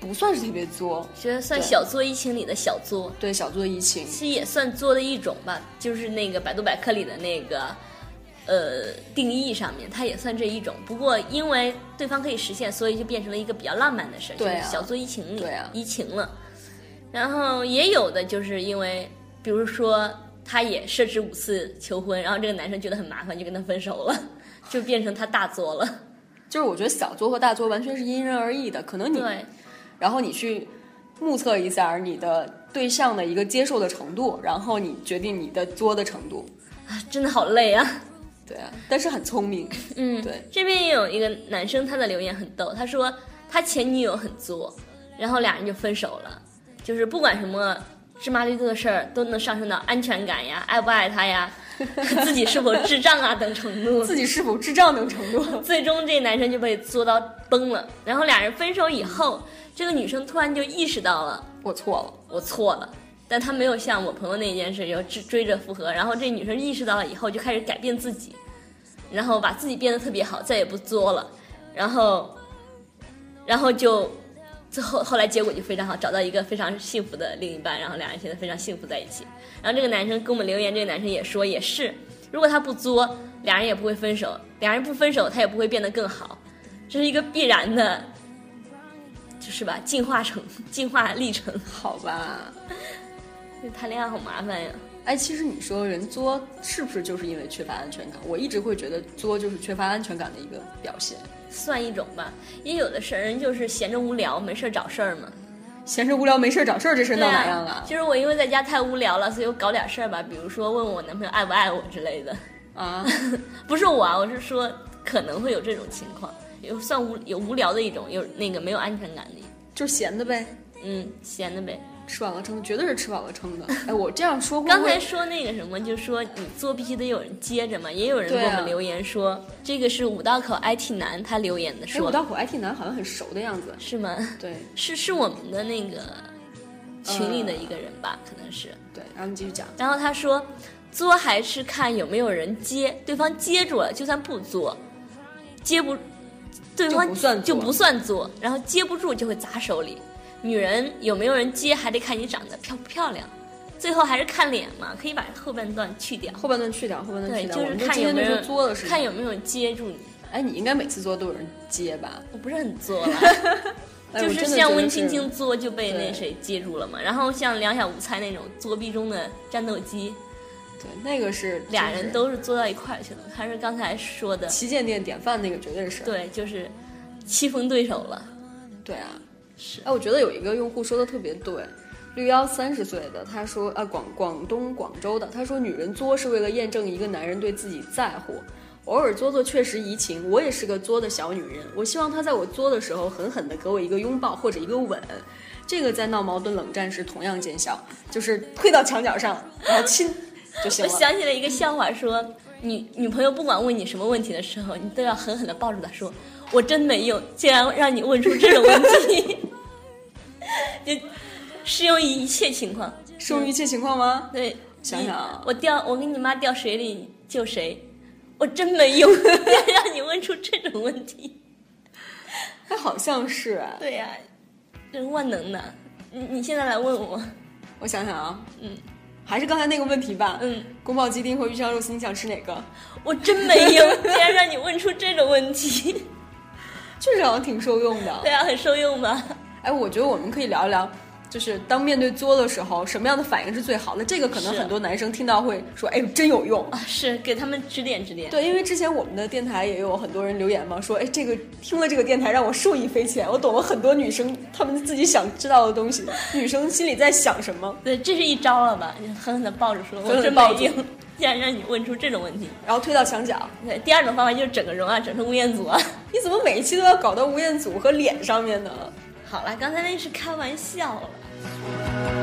[SPEAKER 1] 不算是特别作。
[SPEAKER 2] 觉得算
[SPEAKER 1] 对
[SPEAKER 2] 小作疫情里的小作，
[SPEAKER 1] 对小作怡情，
[SPEAKER 2] 其实也算作的一种吧，就是那个百度百科里的那个呃定义上面，它也算这一种。不过因为对方可以实现，所以就变成了一个比较浪漫的事儿，
[SPEAKER 1] 对啊
[SPEAKER 2] 就是小作怡情里
[SPEAKER 1] 对啊
[SPEAKER 2] 怡情了。然后也有的就是因为，比如说他也设置五次求婚，然后这个男生觉得很麻烦，就跟他分手了，就变成他大作 了。
[SPEAKER 1] 就是我觉得小作和大作完全是因人而异的，可能你
[SPEAKER 2] 对，
[SPEAKER 1] 然后你去目测一下你的对象的一个接受的程度，然后你决定你的作的程度。
[SPEAKER 2] 啊真的好累啊。
[SPEAKER 1] 对啊，但是很聪 明，
[SPEAKER 2] 嗯，
[SPEAKER 1] 对
[SPEAKER 2] 这边也有一个男生，他的留言很逗，他说他前女友很作，然后俩人就分手了，就是不管什么芝麻绿豆的事儿，都能上升到安全感呀、爱不爱他呀、 自己是否智障啊等程度。
[SPEAKER 1] 自己是否智障能程度？
[SPEAKER 2] 最终这男生就被作到崩了，然后俩人分手以后，这个女生突然就意识到了
[SPEAKER 1] 我错了。
[SPEAKER 2] 我错了。但她没有像我朋友那件事，有追追着复合。然后这女生意识到了以后，就开始改变自己，然后把自己变得特别好，再也不作了。然后，然后就最后后来结果就非常好，找到一个非常幸福的另一半，然后两人现在非常幸福在一起。然后这个男生给我们留言，这个男生也说也是，如果他不作，俩人也不会分手，俩人不分手，他也不会变得更好，这是一个必然的，就是吧，进化程进化历程。
[SPEAKER 1] 好吧，
[SPEAKER 2] 这谈恋爱好麻烦呀。
[SPEAKER 1] 哎，其实你说人作是不是就是因为缺乏安全感？我一直会觉得作就是缺乏安全感的一个表现。
[SPEAKER 2] 算一种吧，也有的是人就是闲着无聊，没事儿找事儿嘛。
[SPEAKER 1] 闲着无聊没事儿找事儿，这事儿
[SPEAKER 2] 对
[SPEAKER 1] 闹
[SPEAKER 2] 啊
[SPEAKER 1] 哪样啊？
[SPEAKER 2] 就是我因为在家太无聊了，所以我搞点事儿吧，比如说问我男朋友爱不爱我之类的。
[SPEAKER 1] 啊，
[SPEAKER 2] 不是我啊，我是说可能会有这种情况，有算无有无聊的一种，有那个没有安全感的一种，
[SPEAKER 1] 就是闲的呗。
[SPEAKER 2] 嗯，闲的呗。
[SPEAKER 1] 吃饱了撑的，绝对是吃饱了撑的。哎，我这样说会
[SPEAKER 2] 刚
[SPEAKER 1] 不会
[SPEAKER 2] 才说那个什么，就说你做必须得有人接着嘛，也有人给
[SPEAKER 1] 对啊
[SPEAKER 2] 我们留言说，这个是五道口 IT 男他留言的
[SPEAKER 1] 哎，
[SPEAKER 2] 说，
[SPEAKER 1] 五道口 IT 男好像很熟的样子。
[SPEAKER 2] 是吗？
[SPEAKER 1] 对
[SPEAKER 2] 是是我们的那个群里的一个人吧，可能是。
[SPEAKER 1] 对，然后你继续讲。
[SPEAKER 2] 然后他说，作还是看有没有人接，对方接住了，就算不作，接不，对方
[SPEAKER 1] 就不算作
[SPEAKER 2] 就不算作，然后接不住就会砸手里。女人有没有人接，还得看你长得漂不漂亮，最后还是看脸嘛，可以把后半段去掉。
[SPEAKER 1] 后半段去掉，后半段
[SPEAKER 2] 对，
[SPEAKER 1] 去掉，
[SPEAKER 2] 就
[SPEAKER 1] 我
[SPEAKER 2] 是
[SPEAKER 1] 们就
[SPEAKER 2] 看
[SPEAKER 1] 今
[SPEAKER 2] 有
[SPEAKER 1] 天
[SPEAKER 2] 没
[SPEAKER 1] 就
[SPEAKER 2] 有
[SPEAKER 1] 说作的事情。
[SPEAKER 2] 看有没有接住你。
[SPEAKER 1] 哎，你应该每次作都有人接吧？
[SPEAKER 2] 我不是很作了，
[SPEAKER 1] 哎
[SPEAKER 2] 就
[SPEAKER 1] 我
[SPEAKER 2] 是
[SPEAKER 1] 真的
[SPEAKER 2] 像
[SPEAKER 1] 觉得
[SPEAKER 2] 温青
[SPEAKER 1] 是
[SPEAKER 2] 青作就被那
[SPEAKER 1] 对
[SPEAKER 2] 谁接住了嘛，然后像两小无猜那种作弊中的战斗机，
[SPEAKER 1] 对，那个是
[SPEAKER 2] 俩
[SPEAKER 1] 就是
[SPEAKER 2] 人都是作到一块儿去了。他是刚才说的，
[SPEAKER 1] 旗舰店典范，那个绝对是。
[SPEAKER 2] 对，就是棋逢对手了。
[SPEAKER 1] 对啊，
[SPEAKER 2] 是
[SPEAKER 1] 哎，我觉得有一个用户说的特别对，绿妖三十岁的，他说啊，广广东广州的，他说女人作是为了验证一个男人对自己在乎，偶尔作作确实怡情，我也是个作的小女人，我希望他在我作的时候狠狠的给我一个拥抱或者一个吻。这个在闹矛盾、冷战时同样见效，就是推到墙角上，然后亲就行
[SPEAKER 2] 我
[SPEAKER 1] 了。
[SPEAKER 2] 想起了一个笑话说，女女朋友不管问你什么问题的时候，你都要狠狠的抱住她说：“我真没有，竟然让你问出这种问题。” 就适用于一切情况。
[SPEAKER 1] 适用于一切情况吗？
[SPEAKER 2] 对，
[SPEAKER 1] 想想啊
[SPEAKER 2] 你我掉，我跟你妈掉水里你救谁？我真没用， 让你问出这种问题。
[SPEAKER 1] 他哎好像是、啊，
[SPEAKER 2] 对呀、这是万能的。你你现在来问我，
[SPEAKER 1] 我想想啊，
[SPEAKER 2] 嗯，
[SPEAKER 1] 还是刚才那个问题吧，
[SPEAKER 2] 嗯，
[SPEAKER 1] 宫保鸡丁和鱼香肉丝，你想吃哪个？
[SPEAKER 2] 我真没 用，竟然让你问出这种问题。
[SPEAKER 1] 确实好像挺受用的。
[SPEAKER 2] 对啊，很受用吧？
[SPEAKER 1] 哎，我觉得我们可以聊一聊，就是当面对作的时候，什么样的反应是最好的？这个可能
[SPEAKER 2] 是
[SPEAKER 1] 很多男生听到会说，哎，真有用。
[SPEAKER 2] 啊，是给他们指点指点。
[SPEAKER 1] 对，因为之前我们的电台也有很多人留言嘛，说，哎，这个听了这个电台让我受益匪浅，我懂了很多女生她们自己想知道的东西，女生心里在想什么。
[SPEAKER 2] 对，这是一招了吧？就狠狠的抱着说，
[SPEAKER 1] 狠
[SPEAKER 2] 我
[SPEAKER 1] 狠地
[SPEAKER 2] 真
[SPEAKER 1] 抱
[SPEAKER 2] 没
[SPEAKER 1] 住
[SPEAKER 2] 用，竟然让你问出这种问题。
[SPEAKER 1] 然后推到墙角，
[SPEAKER 2] 对，第二种方法就是整个容啊，整成吴彦祖啊。
[SPEAKER 1] 你怎么每一期都要搞到吴彦祖和脸上面呢？
[SPEAKER 2] 好了，刚才那是开玩笑了。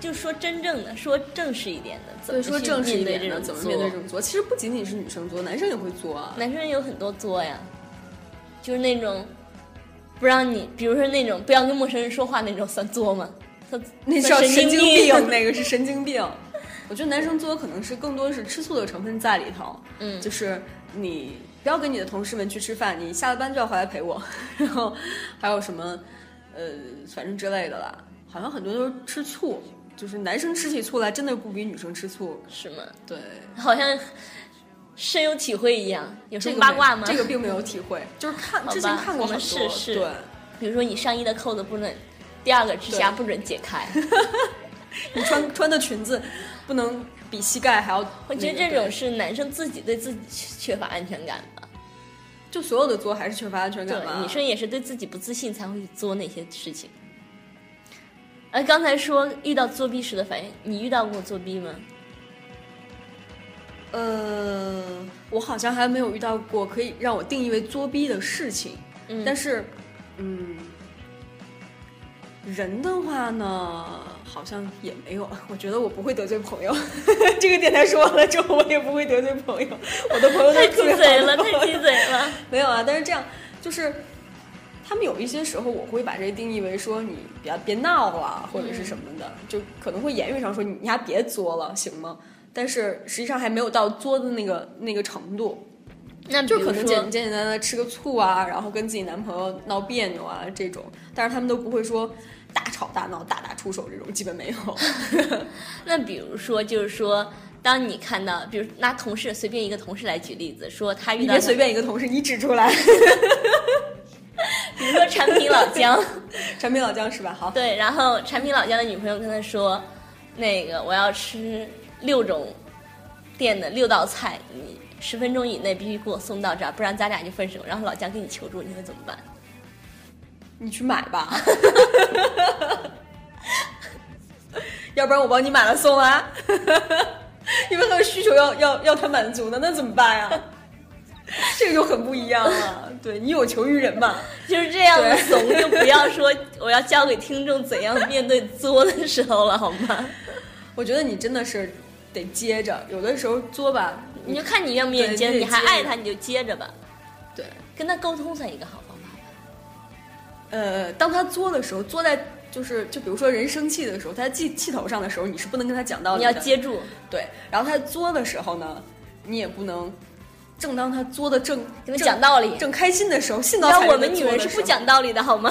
[SPEAKER 2] 就说真正的，说正式一点的，怎
[SPEAKER 1] 所以说
[SPEAKER 2] 么去
[SPEAKER 1] 正式一
[SPEAKER 2] 面对
[SPEAKER 1] 点的，
[SPEAKER 2] 这
[SPEAKER 1] 怎
[SPEAKER 2] 种
[SPEAKER 1] 么面对这
[SPEAKER 2] 作
[SPEAKER 1] 种作？其实不仅仅是女生作，男生也会作啊。
[SPEAKER 2] 男生有很多作呀，就是那种不让你，比如说那种不要跟陌生人说话那种算作吗？算
[SPEAKER 1] 那叫
[SPEAKER 2] 算
[SPEAKER 1] 神
[SPEAKER 2] 神
[SPEAKER 1] 经
[SPEAKER 2] 病
[SPEAKER 1] 病，。那个是神经病。我觉得男生作可能是更多是吃醋的成分在里头，
[SPEAKER 2] 嗯
[SPEAKER 1] 就是你不要跟你的同事们去吃饭，你下了班就要回来陪我， 然后还有什么呃，反正之类的啦，好像很多都是吃醋，就是男生吃起醋来真的不比女生吃醋，
[SPEAKER 2] 是吗？
[SPEAKER 1] 对，
[SPEAKER 2] 好像深有体会一样。有
[SPEAKER 1] 这
[SPEAKER 2] 什么
[SPEAKER 1] 个
[SPEAKER 2] 八卦吗？
[SPEAKER 1] 没这个并没有体 会，就是看
[SPEAKER 2] 好吧
[SPEAKER 1] 之前看过
[SPEAKER 2] 我
[SPEAKER 1] 很
[SPEAKER 2] 们
[SPEAKER 1] 多，
[SPEAKER 2] 试试
[SPEAKER 1] 对，
[SPEAKER 2] 比如说你上衣的扣子不能，第二个指 甲
[SPEAKER 1] 对
[SPEAKER 2] 不准解开。
[SPEAKER 1] 你穿穿的裙子不能比膝盖还要那个，
[SPEAKER 2] 我觉得这种
[SPEAKER 1] 对
[SPEAKER 2] 是男生自己对自己缺乏安全感吧。
[SPEAKER 1] 就所有的作还是缺乏安全
[SPEAKER 2] 对
[SPEAKER 1] 感吧，，
[SPEAKER 2] 女生也是对自己不自信才会去做那些事情。而刚才说遇到作弊时的反应，你遇到过作弊吗？
[SPEAKER 1] 呃，我好像还没有遇到过可以让我定义为作弊的事情，
[SPEAKER 2] 嗯
[SPEAKER 1] 但是，嗯，人的话呢，好像也没有。 我觉得我不会得罪朋友， 这个电台说完了之后，我也不会得罪朋友，我的朋友都
[SPEAKER 2] 太
[SPEAKER 1] 是
[SPEAKER 2] 鸡
[SPEAKER 1] 特别好
[SPEAKER 2] 贼 了，
[SPEAKER 1] 的朋友
[SPEAKER 2] 太鸡贼了。
[SPEAKER 1] 没有啊，但是这样就是，他们有一些时候我会把这定义为说你别别闹了，或者是什么的，就可能会言语上说你你还别作了，行吗？但是实际上还没有到作的那个那个程度，
[SPEAKER 2] 那比
[SPEAKER 1] 就
[SPEAKER 2] 如
[SPEAKER 1] 可
[SPEAKER 2] 说，
[SPEAKER 1] 能简简简单单地吃个醋啊，然后跟自己男朋友闹别扭啊这种，但是他们都不会说大吵大闹、大打出手这种基本没 有。
[SPEAKER 2] 那比如说，就是说，当你看到，比如拿同事随便一个同事来举例子，说他遇
[SPEAKER 1] 你
[SPEAKER 2] 到
[SPEAKER 1] 别，随便一个同事，你指出来。
[SPEAKER 2] 比如说产品 老姜，
[SPEAKER 1] 产品老姜是吧？好，
[SPEAKER 2] 对，然后产品老姜的女朋友跟他说，那个我要吃六种店的六道菜，你十分钟以内必须给我送到这儿，不然咱俩就分手。然后老姜跟你求助，你会怎么 办？
[SPEAKER 1] 你去买吧。 要不然我帮你买了送啊， 因为他的需求要要要他满足呢，那怎么办呀、 这个就很不一样了。对你有求于人嘛？
[SPEAKER 2] 就是这样的
[SPEAKER 1] 对
[SPEAKER 2] 怂，就不要说我要教给听众怎样面对作的时候了，好吗？
[SPEAKER 1] 我觉得你真的是得接着，有的时候作吧，
[SPEAKER 2] 你就看你愿不愿意
[SPEAKER 1] 对
[SPEAKER 2] 接，
[SPEAKER 1] 你
[SPEAKER 2] 你
[SPEAKER 1] 得
[SPEAKER 2] 还
[SPEAKER 1] 接
[SPEAKER 2] 爱
[SPEAKER 1] 着
[SPEAKER 2] 他，你就接着吧，
[SPEAKER 1] 对，
[SPEAKER 2] 跟他沟通算一个好方法吧。
[SPEAKER 1] 呃，当他作的时候，作在就是就比如说人生气的时候，他在气气头上的时候，你是不能跟他讲道理
[SPEAKER 2] 你要
[SPEAKER 1] 的。
[SPEAKER 2] 接住，
[SPEAKER 1] 对，然后他作的时候呢，你也不能，正当他作的正
[SPEAKER 2] 给
[SPEAKER 1] 正
[SPEAKER 2] 他讲道理。
[SPEAKER 1] 正开心的时候，信
[SPEAKER 2] 你
[SPEAKER 1] 到
[SPEAKER 2] 知道
[SPEAKER 1] 财神
[SPEAKER 2] 我们
[SPEAKER 1] 的
[SPEAKER 2] 女
[SPEAKER 1] 作
[SPEAKER 2] 人
[SPEAKER 1] 的
[SPEAKER 2] 是
[SPEAKER 1] 时
[SPEAKER 2] 不
[SPEAKER 1] 候
[SPEAKER 2] 讲道理的好吗？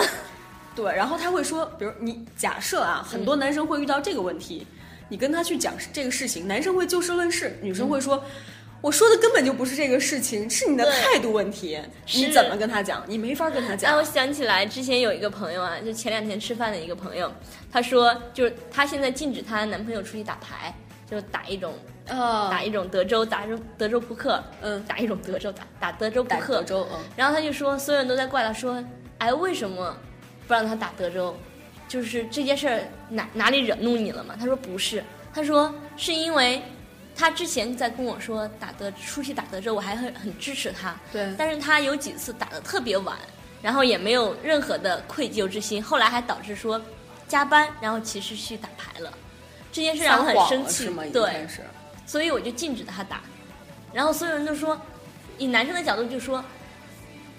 [SPEAKER 1] 对，然后他会说，比如你假设啊，很
[SPEAKER 2] 嗯
[SPEAKER 1] 多男生会遇到这个问题，你跟他去讲这个事情，男生会就事论事，女生会说。我说的根本就不是这个事情，是你的
[SPEAKER 2] 嗯对
[SPEAKER 1] 态度问题。你
[SPEAKER 2] 是
[SPEAKER 1] 怎么跟他讲？你没法跟他
[SPEAKER 2] 让
[SPEAKER 1] 讲
[SPEAKER 2] 我。想起来之前有一个朋友啊，就前两天吃饭的一个朋友，她说就是她现在禁止她男朋友出去打牌，就是打一种
[SPEAKER 1] 呃
[SPEAKER 2] 打一种德州打一种德州扑克，
[SPEAKER 1] 嗯
[SPEAKER 2] 打一种德州打打德州扑
[SPEAKER 1] 打
[SPEAKER 2] 克，
[SPEAKER 1] 德州，嗯，
[SPEAKER 2] 然后他就说，所有人都在怪他，说，哎，为什么不让他打德州？就是这件事儿哪哪里惹怒你了吗？他说不是，他说是因为他之前在跟我说打德出去打德州，我还很很支持他，
[SPEAKER 1] 对
[SPEAKER 2] 但是他有几次打的特别晚，然后也没有任何的愧疚之心，后来还导致说加班，然后其实去打牌了，这件事让我很
[SPEAKER 1] 撒谎
[SPEAKER 2] 生
[SPEAKER 1] 了
[SPEAKER 2] 气
[SPEAKER 1] 是吗？，已经
[SPEAKER 2] 对
[SPEAKER 1] 开，始
[SPEAKER 2] 所以我就禁止他打。然后所有人都说，以男生的角度就说，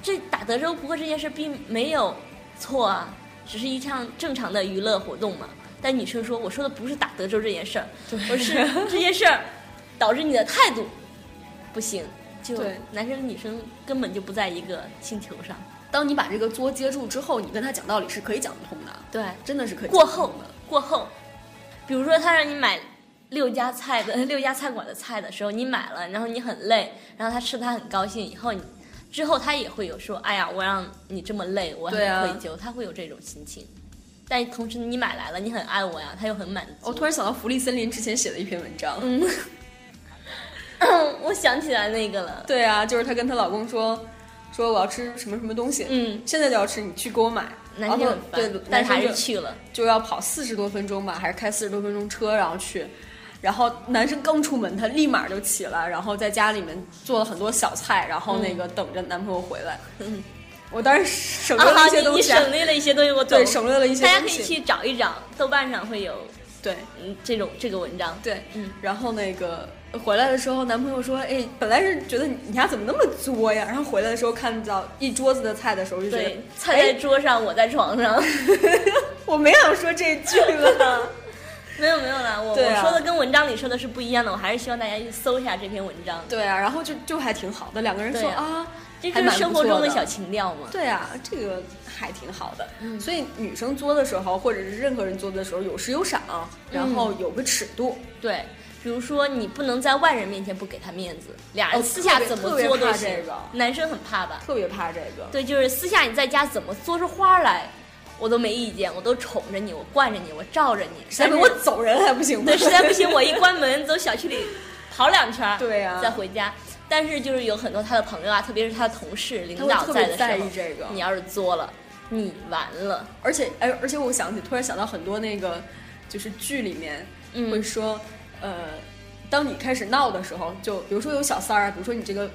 [SPEAKER 2] 这打德州扑克这件事并没有错啊，只是一项正常的娱乐活动嘛。但女生说，我说的不是打德州这件事儿，我是这件事儿导致你的态度不行。就
[SPEAKER 1] 对
[SPEAKER 2] 男生跟女生根本就不在一个星球上。
[SPEAKER 1] 当你把这个作接住之后，你跟他讲道理是可以讲得通的，
[SPEAKER 2] 对，
[SPEAKER 1] 真的是可以
[SPEAKER 2] 过
[SPEAKER 1] 讲得
[SPEAKER 2] 后
[SPEAKER 1] 通的。
[SPEAKER 2] 过后，比如说他让你买六家菜的 六家菜馆的菜的时候，你买了，然后你很累，然后他吃他很高兴，以后你之后他也会有说，哎呀，我让你这么累，我很
[SPEAKER 1] 对啊
[SPEAKER 2] 愧疚，他会有这种心情。但同时你买来了，你很爱我呀，他又很满足。
[SPEAKER 1] 我突然想到福利森林之前写的一篇文章，
[SPEAKER 2] 嗯， 我想起来那个了，
[SPEAKER 1] 对啊，就是她跟她老公说，说我要吃什么什么东西，
[SPEAKER 2] 嗯，
[SPEAKER 1] 现在就要吃，你去给我买。
[SPEAKER 2] 男
[SPEAKER 1] 然
[SPEAKER 2] 生
[SPEAKER 1] 后
[SPEAKER 2] 就很烦，
[SPEAKER 1] 哦对，
[SPEAKER 2] 但
[SPEAKER 1] 男
[SPEAKER 2] 是
[SPEAKER 1] 生
[SPEAKER 2] 还
[SPEAKER 1] 就是
[SPEAKER 2] 去了。
[SPEAKER 1] 就要跑四十多分钟吧，还是开四十多分钟车，然后去。然后男生刚出门，他立马就起来，然后在家里面做了很多小菜，然后那个等着男朋友回来。
[SPEAKER 2] 嗯，
[SPEAKER 1] 我当时 省
[SPEAKER 2] 啊
[SPEAKER 1] 略了
[SPEAKER 2] 好，
[SPEAKER 1] 一些
[SPEAKER 2] 你
[SPEAKER 1] 东
[SPEAKER 2] 你
[SPEAKER 1] 西啊、
[SPEAKER 2] 省略了一些东西，我懂。
[SPEAKER 1] 对，省略了一些
[SPEAKER 2] 大家
[SPEAKER 1] 东
[SPEAKER 2] 可以
[SPEAKER 1] 西。
[SPEAKER 2] 去找一找，豆瓣上会有
[SPEAKER 1] 对
[SPEAKER 2] 嗯这种这个文章。
[SPEAKER 1] 对，
[SPEAKER 2] 嗯
[SPEAKER 1] 然后那个回来的时候，男朋友说：“哎，本来是觉得你你家怎么那么作呀？”然后回来的时候看到一桌子的菜的时候，就觉哎得
[SPEAKER 2] 对，菜在桌上，我在床上。
[SPEAKER 1] 我没想说这句了。
[SPEAKER 2] 没有没有啦，我、
[SPEAKER 1] 对啊
[SPEAKER 2] 我说的跟文章里说的是不一样的，我还是希望大家去搜一下这篇文章。
[SPEAKER 1] 对啊，然后就就还挺好的，两个人说
[SPEAKER 2] 对啊
[SPEAKER 1] 啊，
[SPEAKER 2] 这
[SPEAKER 1] 还
[SPEAKER 2] 就
[SPEAKER 1] 蛮
[SPEAKER 2] 是
[SPEAKER 1] 不
[SPEAKER 2] 生活中
[SPEAKER 1] 错
[SPEAKER 2] 的
[SPEAKER 1] 的
[SPEAKER 2] 小情调嘛。
[SPEAKER 1] 对啊，这个还挺好的。所以女生作的时候，或者是任何人作的时候，有时有赏，然后有个尺度。
[SPEAKER 2] 对，比如说你不能在外人面前不给他面子，俩
[SPEAKER 1] 哦
[SPEAKER 2] 人私下
[SPEAKER 1] 特别
[SPEAKER 2] 怎么
[SPEAKER 1] 特别
[SPEAKER 2] 作都
[SPEAKER 1] 怕
[SPEAKER 2] 行。
[SPEAKER 1] 这个
[SPEAKER 2] 男生很怕吧？
[SPEAKER 1] 特别怕这个。
[SPEAKER 2] 对，就是私下你在家怎么作出花来，我都没意见，我都宠着你，我惯着你，我罩着你。
[SPEAKER 1] 实在
[SPEAKER 2] 但
[SPEAKER 1] 不
[SPEAKER 2] 是
[SPEAKER 1] 我走人还不行吗？
[SPEAKER 2] 对，实在不行，我一关门走小区里跑两圈儿，
[SPEAKER 1] 对啊
[SPEAKER 2] 再回家。但是就是有很多他的朋友啊，特别是他的同事、领
[SPEAKER 1] 他
[SPEAKER 2] 导
[SPEAKER 1] 会特
[SPEAKER 2] 在
[SPEAKER 1] 别
[SPEAKER 2] 的时候，
[SPEAKER 1] 在意这个
[SPEAKER 2] 你要是作了，你完了。
[SPEAKER 1] 而且哎，而且我想起，突然想到很多那个，就是剧里面
[SPEAKER 2] 嗯
[SPEAKER 1] 会说，呃，当你开始闹的时候，就比如说有小三儿啊，比如说你这个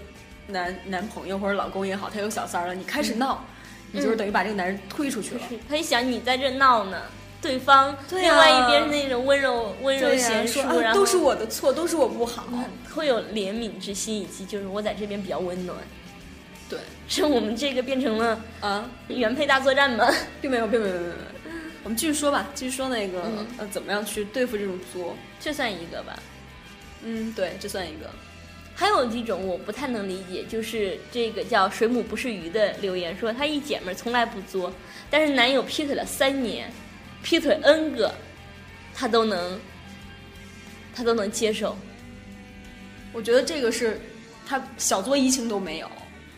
[SPEAKER 1] 男男朋友或者老公也好，他有小三儿了，你开始闹，你就是等于把这个男人推出去了。
[SPEAKER 2] 他一想你在这闹呢，对方
[SPEAKER 1] 对啊
[SPEAKER 2] 另外一边是那种温柔、温柔
[SPEAKER 1] 对呀、
[SPEAKER 2] 贤淑，
[SPEAKER 1] 说啊，
[SPEAKER 2] 然
[SPEAKER 1] 都
[SPEAKER 2] 后
[SPEAKER 1] 是我的错，都是我不好。
[SPEAKER 2] 会有怜悯之心，以及就是我在这边比较温暖。
[SPEAKER 1] 对，
[SPEAKER 2] 是我们这个变成了
[SPEAKER 1] 啊，
[SPEAKER 2] 原配大作战吗？
[SPEAKER 1] 并没有，并没有，并没有。并没有我们继续说吧，继续说那个、
[SPEAKER 2] 嗯
[SPEAKER 1] 呃，怎么样去对付这种作？
[SPEAKER 2] 这算一个吧。
[SPEAKER 1] 嗯，对，这算一个。
[SPEAKER 2] 还有一种我不太能理解，就是这个叫“水母不是鱼”的留言说，她一姐们儿从来不作，但是男友劈腿了三年，劈腿 N 个，他都能，他都能接受。
[SPEAKER 1] 我觉得这个是他小作怡情都没有。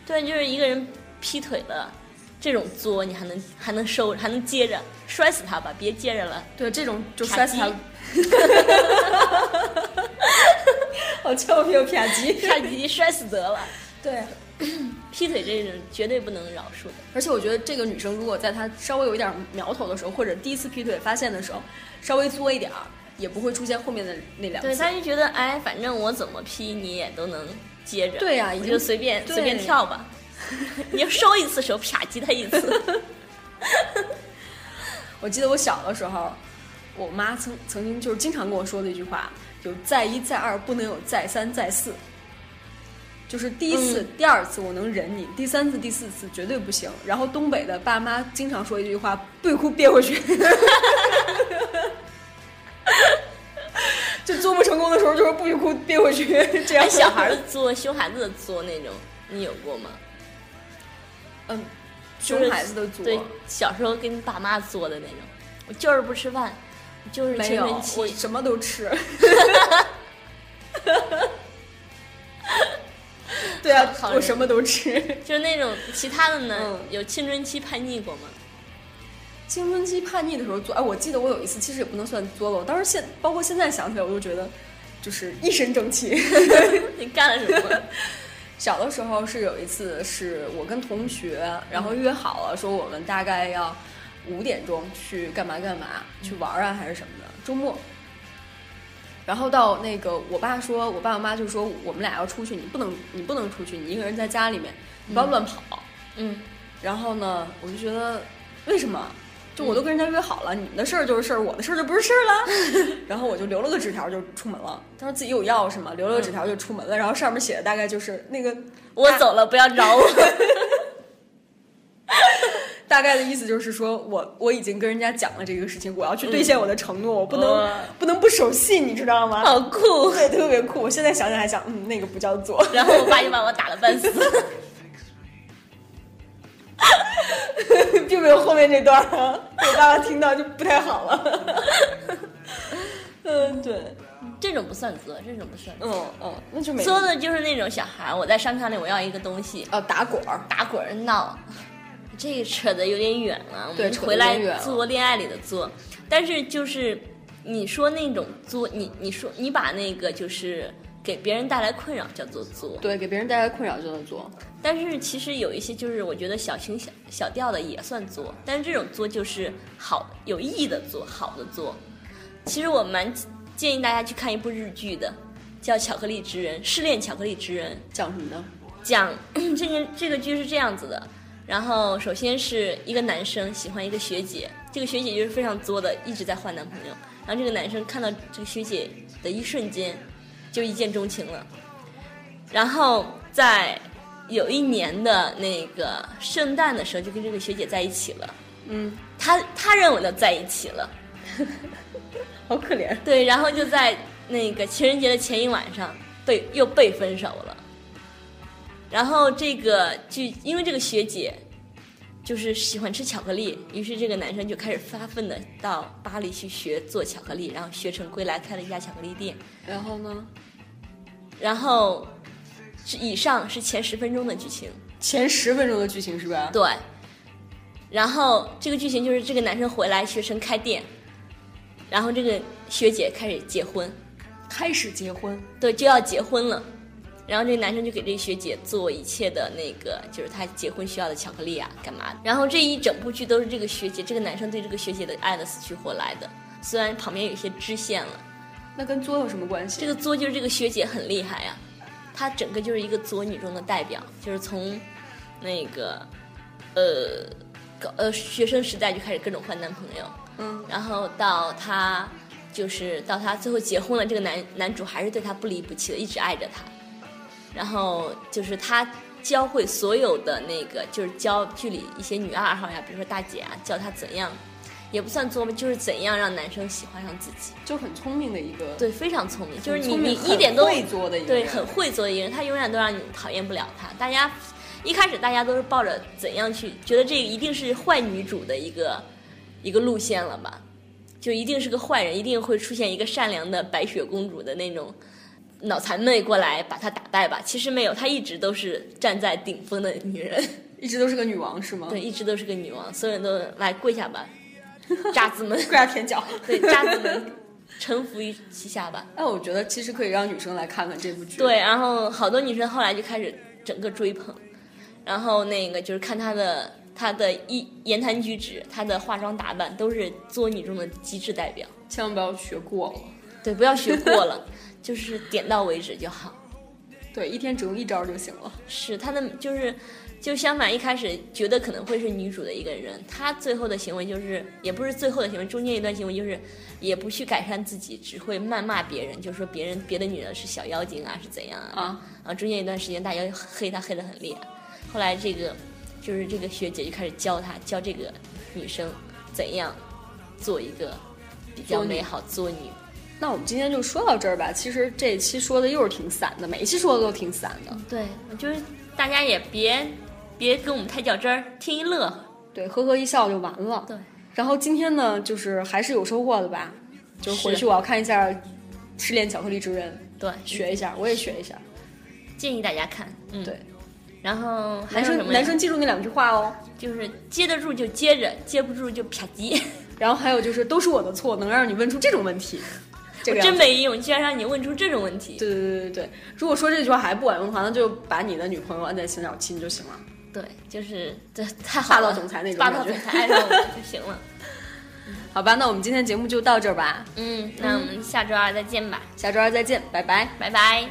[SPEAKER 2] 对，就是一个人劈腿了，这种作你还能还能收还能接着，摔死他吧，别接着了。
[SPEAKER 1] 对，这种就
[SPEAKER 2] 啪
[SPEAKER 1] 摔死他
[SPEAKER 2] 叽。
[SPEAKER 1] 好俏皮哦，啪 叽。
[SPEAKER 2] 差点摔死得了。
[SPEAKER 1] 对，
[SPEAKER 2] 劈腿这种绝对不能饶恕的。
[SPEAKER 1] 而且我觉得这个女生如果在她稍微有一点苗头的时候，或者第一次劈腿发现的时候，稍微作一点儿，也不会出现后面的那两
[SPEAKER 2] 对，
[SPEAKER 1] 次。
[SPEAKER 2] 他就觉得哎，反正我怎么劈你也都能接着，
[SPEAKER 1] 对啊呀已
[SPEAKER 2] 我
[SPEAKER 1] 经
[SPEAKER 2] 就随便
[SPEAKER 1] 对
[SPEAKER 2] 随便跳吧。 你就收一次手，啪击他一 次。
[SPEAKER 1] 我记得我小的时候，我妈曾曾经就是经常跟我说的一句话，有再一再二不能有再三再四，就是第一
[SPEAKER 2] 嗯
[SPEAKER 1] 次、第二次我能忍你，第三次、第四次绝对不行。然后东北的爸妈经常说一句话：“不许哭，憋回去。” 就做不成功的时候，就说不许哭，憋回去。这样
[SPEAKER 2] 哎，小孩儿的作，熊孩子的作那种，你有过吗？
[SPEAKER 1] 嗯，
[SPEAKER 2] 就是
[SPEAKER 1] 熊孩子的作
[SPEAKER 2] 对，小时候跟爸妈作的那种，我就是不吃饭，我就是
[SPEAKER 1] 没
[SPEAKER 2] 青
[SPEAKER 1] 有，
[SPEAKER 2] 春
[SPEAKER 1] 我
[SPEAKER 2] 期。
[SPEAKER 1] 什么都 吃。对啊
[SPEAKER 2] 好，人
[SPEAKER 1] 我什么都吃。
[SPEAKER 2] 就是那种其他的呢，
[SPEAKER 1] 嗯
[SPEAKER 2] 有青春期叛逆过吗？
[SPEAKER 1] 青春期叛逆的时候做，哎，我记得我有一次，其实也不能算作了。我当时现，包括现在想起来，我都觉得就是一身正气。
[SPEAKER 2] 你干了什 么？
[SPEAKER 1] 小的时候是有一次，是我跟同学，然后约好了说我们大概要五点钟去干嘛干嘛，去玩儿啊还是什么的，周末。然后到那个，我爸说，我爸我妈就说我们俩要出去，你不能你不能出去，你一个人在家里面，你不要乱跑。
[SPEAKER 2] 嗯，
[SPEAKER 1] 然后呢，我就觉得为什么？就我都跟人家约好了，你们的事儿就是事儿，我的事儿就不是事儿 了。然后我就留了个纸条就出门了。当时自己有钥匙嘛，留了个纸条就出门了。然后上面写的大概就是那个
[SPEAKER 2] 我
[SPEAKER 1] 大
[SPEAKER 2] 走了，不要 找我。
[SPEAKER 1] 大概的意思就是说，我我已经跟人家讲了这个事情，我要去兑现我的承诺，我不能、
[SPEAKER 2] 哇
[SPEAKER 1] 不能不守信，你知道吗？
[SPEAKER 2] 好酷！
[SPEAKER 1] 对，特别酷。我现在想想还想，嗯，那个不叫做。
[SPEAKER 2] 然后我爸就把我打了半死。
[SPEAKER 1] 并没有后面这段儿啊，我爸爸听到就不太好了。嗯，对，
[SPEAKER 2] 这种不算作，这种不算作。
[SPEAKER 1] 嗯嗯，那就没
[SPEAKER 2] 作的就是那种小孩儿，我在商场里我要一个东西，
[SPEAKER 1] 哦，打滚儿，
[SPEAKER 2] 打滚儿闹，这个扯得有点远了。我
[SPEAKER 1] 对
[SPEAKER 2] 们
[SPEAKER 1] 扯得
[SPEAKER 2] 回
[SPEAKER 1] 有点远
[SPEAKER 2] 来
[SPEAKER 1] 了
[SPEAKER 2] 做恋爱里的作，但是就是你说那种作，你你说你把那个就是给别人带来困扰叫做作，
[SPEAKER 1] 对，给别人带来困扰就能做。
[SPEAKER 2] 但是其实有一些就是我觉得小情小小调的也算作，但是这种作就是好有意义的作，好的作。其实我蛮建议大家去看一部日剧的，叫《巧克力之人》，失恋巧克力之人。
[SPEAKER 1] 讲什么呢？
[SPEAKER 2] 讲这个这个剧是这样子的，然后首先是一个男生喜欢一个学姐，这个学姐就是非常作的，一直在换男朋友。然后这个男生看到这个学姐的一瞬间，就一见钟情了。然后在有一年的那个圣诞的时候，就跟这个学姐在一起了。
[SPEAKER 1] 嗯，
[SPEAKER 2] 他他认为的在一起了，
[SPEAKER 1] 好可怜。
[SPEAKER 2] 对，然后就在那个情人节的前一晚上被又被分手了。然后这个剧，因为这个学姐就是喜欢吃巧克力，于是这个男生就开始发奋的到巴黎去学做巧克力，然后学成归来开了一家巧克力店。
[SPEAKER 1] 然后呢？
[SPEAKER 2] 然后是以上是前十分钟的剧情，
[SPEAKER 1] 前十分钟的剧情是吧？
[SPEAKER 2] 对。然后这个剧情就是这个男生回来学成开店，然后这个学姐开始结婚，
[SPEAKER 1] 开始结婚，
[SPEAKER 2] 对，就要结婚了。然后这个男生就给这个学姐做一切的那个，就是他结婚需要的巧克力啊，干嘛的？然后这一整部剧都是这个学姐，这个男生对这个学姐的爱的死去活来的。虽然旁边有一些支线了，
[SPEAKER 1] 那跟作有什么关系？
[SPEAKER 2] 这个作就是这个学姐很厉害呀、她整个就是一个作女中的代表，就是从那个呃高呃学生时代就开始各种换男朋友，
[SPEAKER 1] 嗯，
[SPEAKER 2] 然后到她就是到她最后结婚了，这个男男主还是对她不离不弃的，一直爱着她。然后就是她教会所有的那个，就是教剧里一些女二号呀，比如说大姐啊，教她怎样，也不算作吧，就是怎样让男生喜欢上自己。
[SPEAKER 1] 就很聪明的一个，
[SPEAKER 2] 对，非常聪明，就是你
[SPEAKER 1] 聪
[SPEAKER 2] 你
[SPEAKER 1] 明
[SPEAKER 2] 一点都
[SPEAKER 1] 很会作的一个
[SPEAKER 2] 对，
[SPEAKER 1] 人
[SPEAKER 2] 很会做的一个人，他永远都让你讨厌不了他。大家一开始大家都是抱着怎样去，觉得这一定是坏女主的一个一个路线了吧？就一定是个坏人，一定会出现一个善良的白雪公主的那种脑残妹过来把她打败吧。其实没有，她一直都是站在顶峰的女 人，
[SPEAKER 1] 一直都是个女王是吗？
[SPEAKER 2] 对，，一直都是个女王，所有人都来跪下吧，渣 子们，
[SPEAKER 1] 跪下舔脚。
[SPEAKER 2] 对，渣子们臣服于其下吧。
[SPEAKER 1] 哎但我觉得其实可以让女生来看看这部剧。
[SPEAKER 2] 对，，然后好多女生后来就开始整个追捧，然后那个就是看她的她的一言谈举止，她的化妆打扮都是作女中的极致代表。
[SPEAKER 1] 千万不要学过了。
[SPEAKER 2] 对，不要学过了， 就是点到为止就好。
[SPEAKER 1] 对，一天只用一招就行了。
[SPEAKER 2] 是她的就是就相反，一开始觉得可能会是女主的一个人，她最后的行为就是也不是最后的行为，中间一段行为就是也不去改善自己，只会谩骂别人，就说别人别的女人是小妖精啊，是怎样啊
[SPEAKER 1] 啊
[SPEAKER 2] 然后中间一段时间大家黑她黑得很厉害，后来这个就是这个学姐就开始教她教这个女生怎样做一个比较
[SPEAKER 1] 作女
[SPEAKER 2] 美好作女。
[SPEAKER 1] 那我们今天就说到这儿吧。其实这一期说的又是挺散的，每一期说的都挺散的。
[SPEAKER 2] 对，我觉得大家也别别跟我们太较真儿，听一乐呵。
[SPEAKER 1] 对，呵呵一笑就完了。
[SPEAKER 2] 对，
[SPEAKER 1] 然后今天呢，就是还是有收获的吧？就回去
[SPEAKER 2] 是
[SPEAKER 1] 我要看一下《失恋巧克力之人
[SPEAKER 2] 对，》，
[SPEAKER 1] 学一下，我也学一下。
[SPEAKER 2] 建议大家看。嗯，
[SPEAKER 1] 对。，
[SPEAKER 2] 然后还
[SPEAKER 1] 男
[SPEAKER 2] 有什
[SPEAKER 1] 生
[SPEAKER 2] 么呀？
[SPEAKER 1] 男生记住那两句话哦。
[SPEAKER 2] 就是接得住就接着，接不住就啪叽。
[SPEAKER 1] 然后还有就是，都是我的错，能让你问出这种问题，这
[SPEAKER 2] 我
[SPEAKER 1] 个样
[SPEAKER 2] 真
[SPEAKER 1] 子。
[SPEAKER 2] 没用，居然让你问出这种问题。
[SPEAKER 1] 啊对对对对对，如果说这句话还不管用的话，那就把你的女朋友按在墙角亲就行了。
[SPEAKER 2] 对，就是这太好
[SPEAKER 1] 霸
[SPEAKER 2] 了，
[SPEAKER 1] 道总裁那种
[SPEAKER 2] 霸
[SPEAKER 1] 感觉
[SPEAKER 2] 道总裁爱上我就行了。
[SPEAKER 1] 好吧，那我们今天节目就到这儿吧，
[SPEAKER 2] 嗯，那我们下周二再见吧，
[SPEAKER 1] 下周二再见，拜拜。
[SPEAKER 2] 拜拜。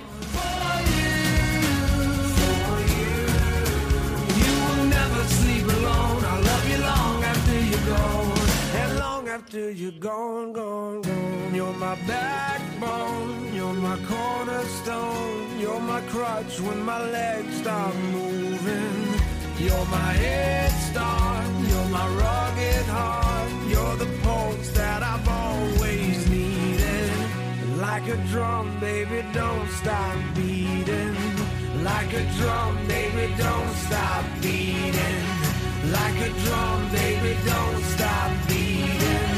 [SPEAKER 4] You will never sleep alone. I love you long after you're gone. And long after you're gone, gone, gone. You're my backbone. You're my cornerstone. You're my crutch when my legs stop moving. You're my head start. You're my rugged heart. You're the pulse that I've always needed. Like a drum, baby, don't stop beating. Like a drum, baby, don't stop beating. Like a drum, baby, don't stop beating.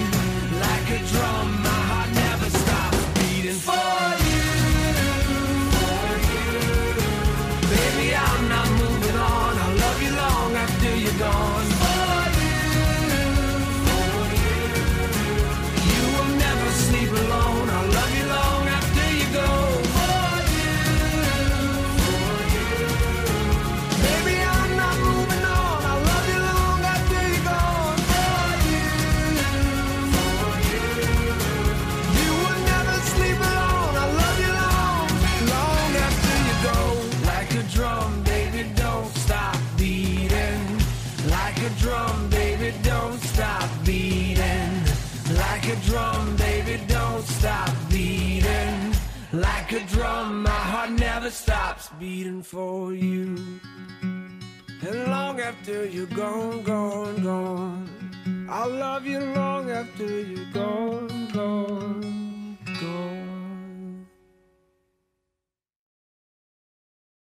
[SPEAKER 4] Like a drum, my heart never stops beating for you. Baby, I'm not moving on. I love you long after you're gone. For you. You will never sleep alone. I love you long after you go. For you. Baby, I'm not moving on. I love you long after you're gone. For you, for you. You will never sleep alone. I love you long, long after you go. Like a drum, baby, don't stop beating. Like a drum, baby, don't stop beating. Like a drum, baby, don't stop beating. Like a drum, my heart never stops beating for you. And long after you're gone, gone, gone. I'll love you long after you're gone, gone, gone.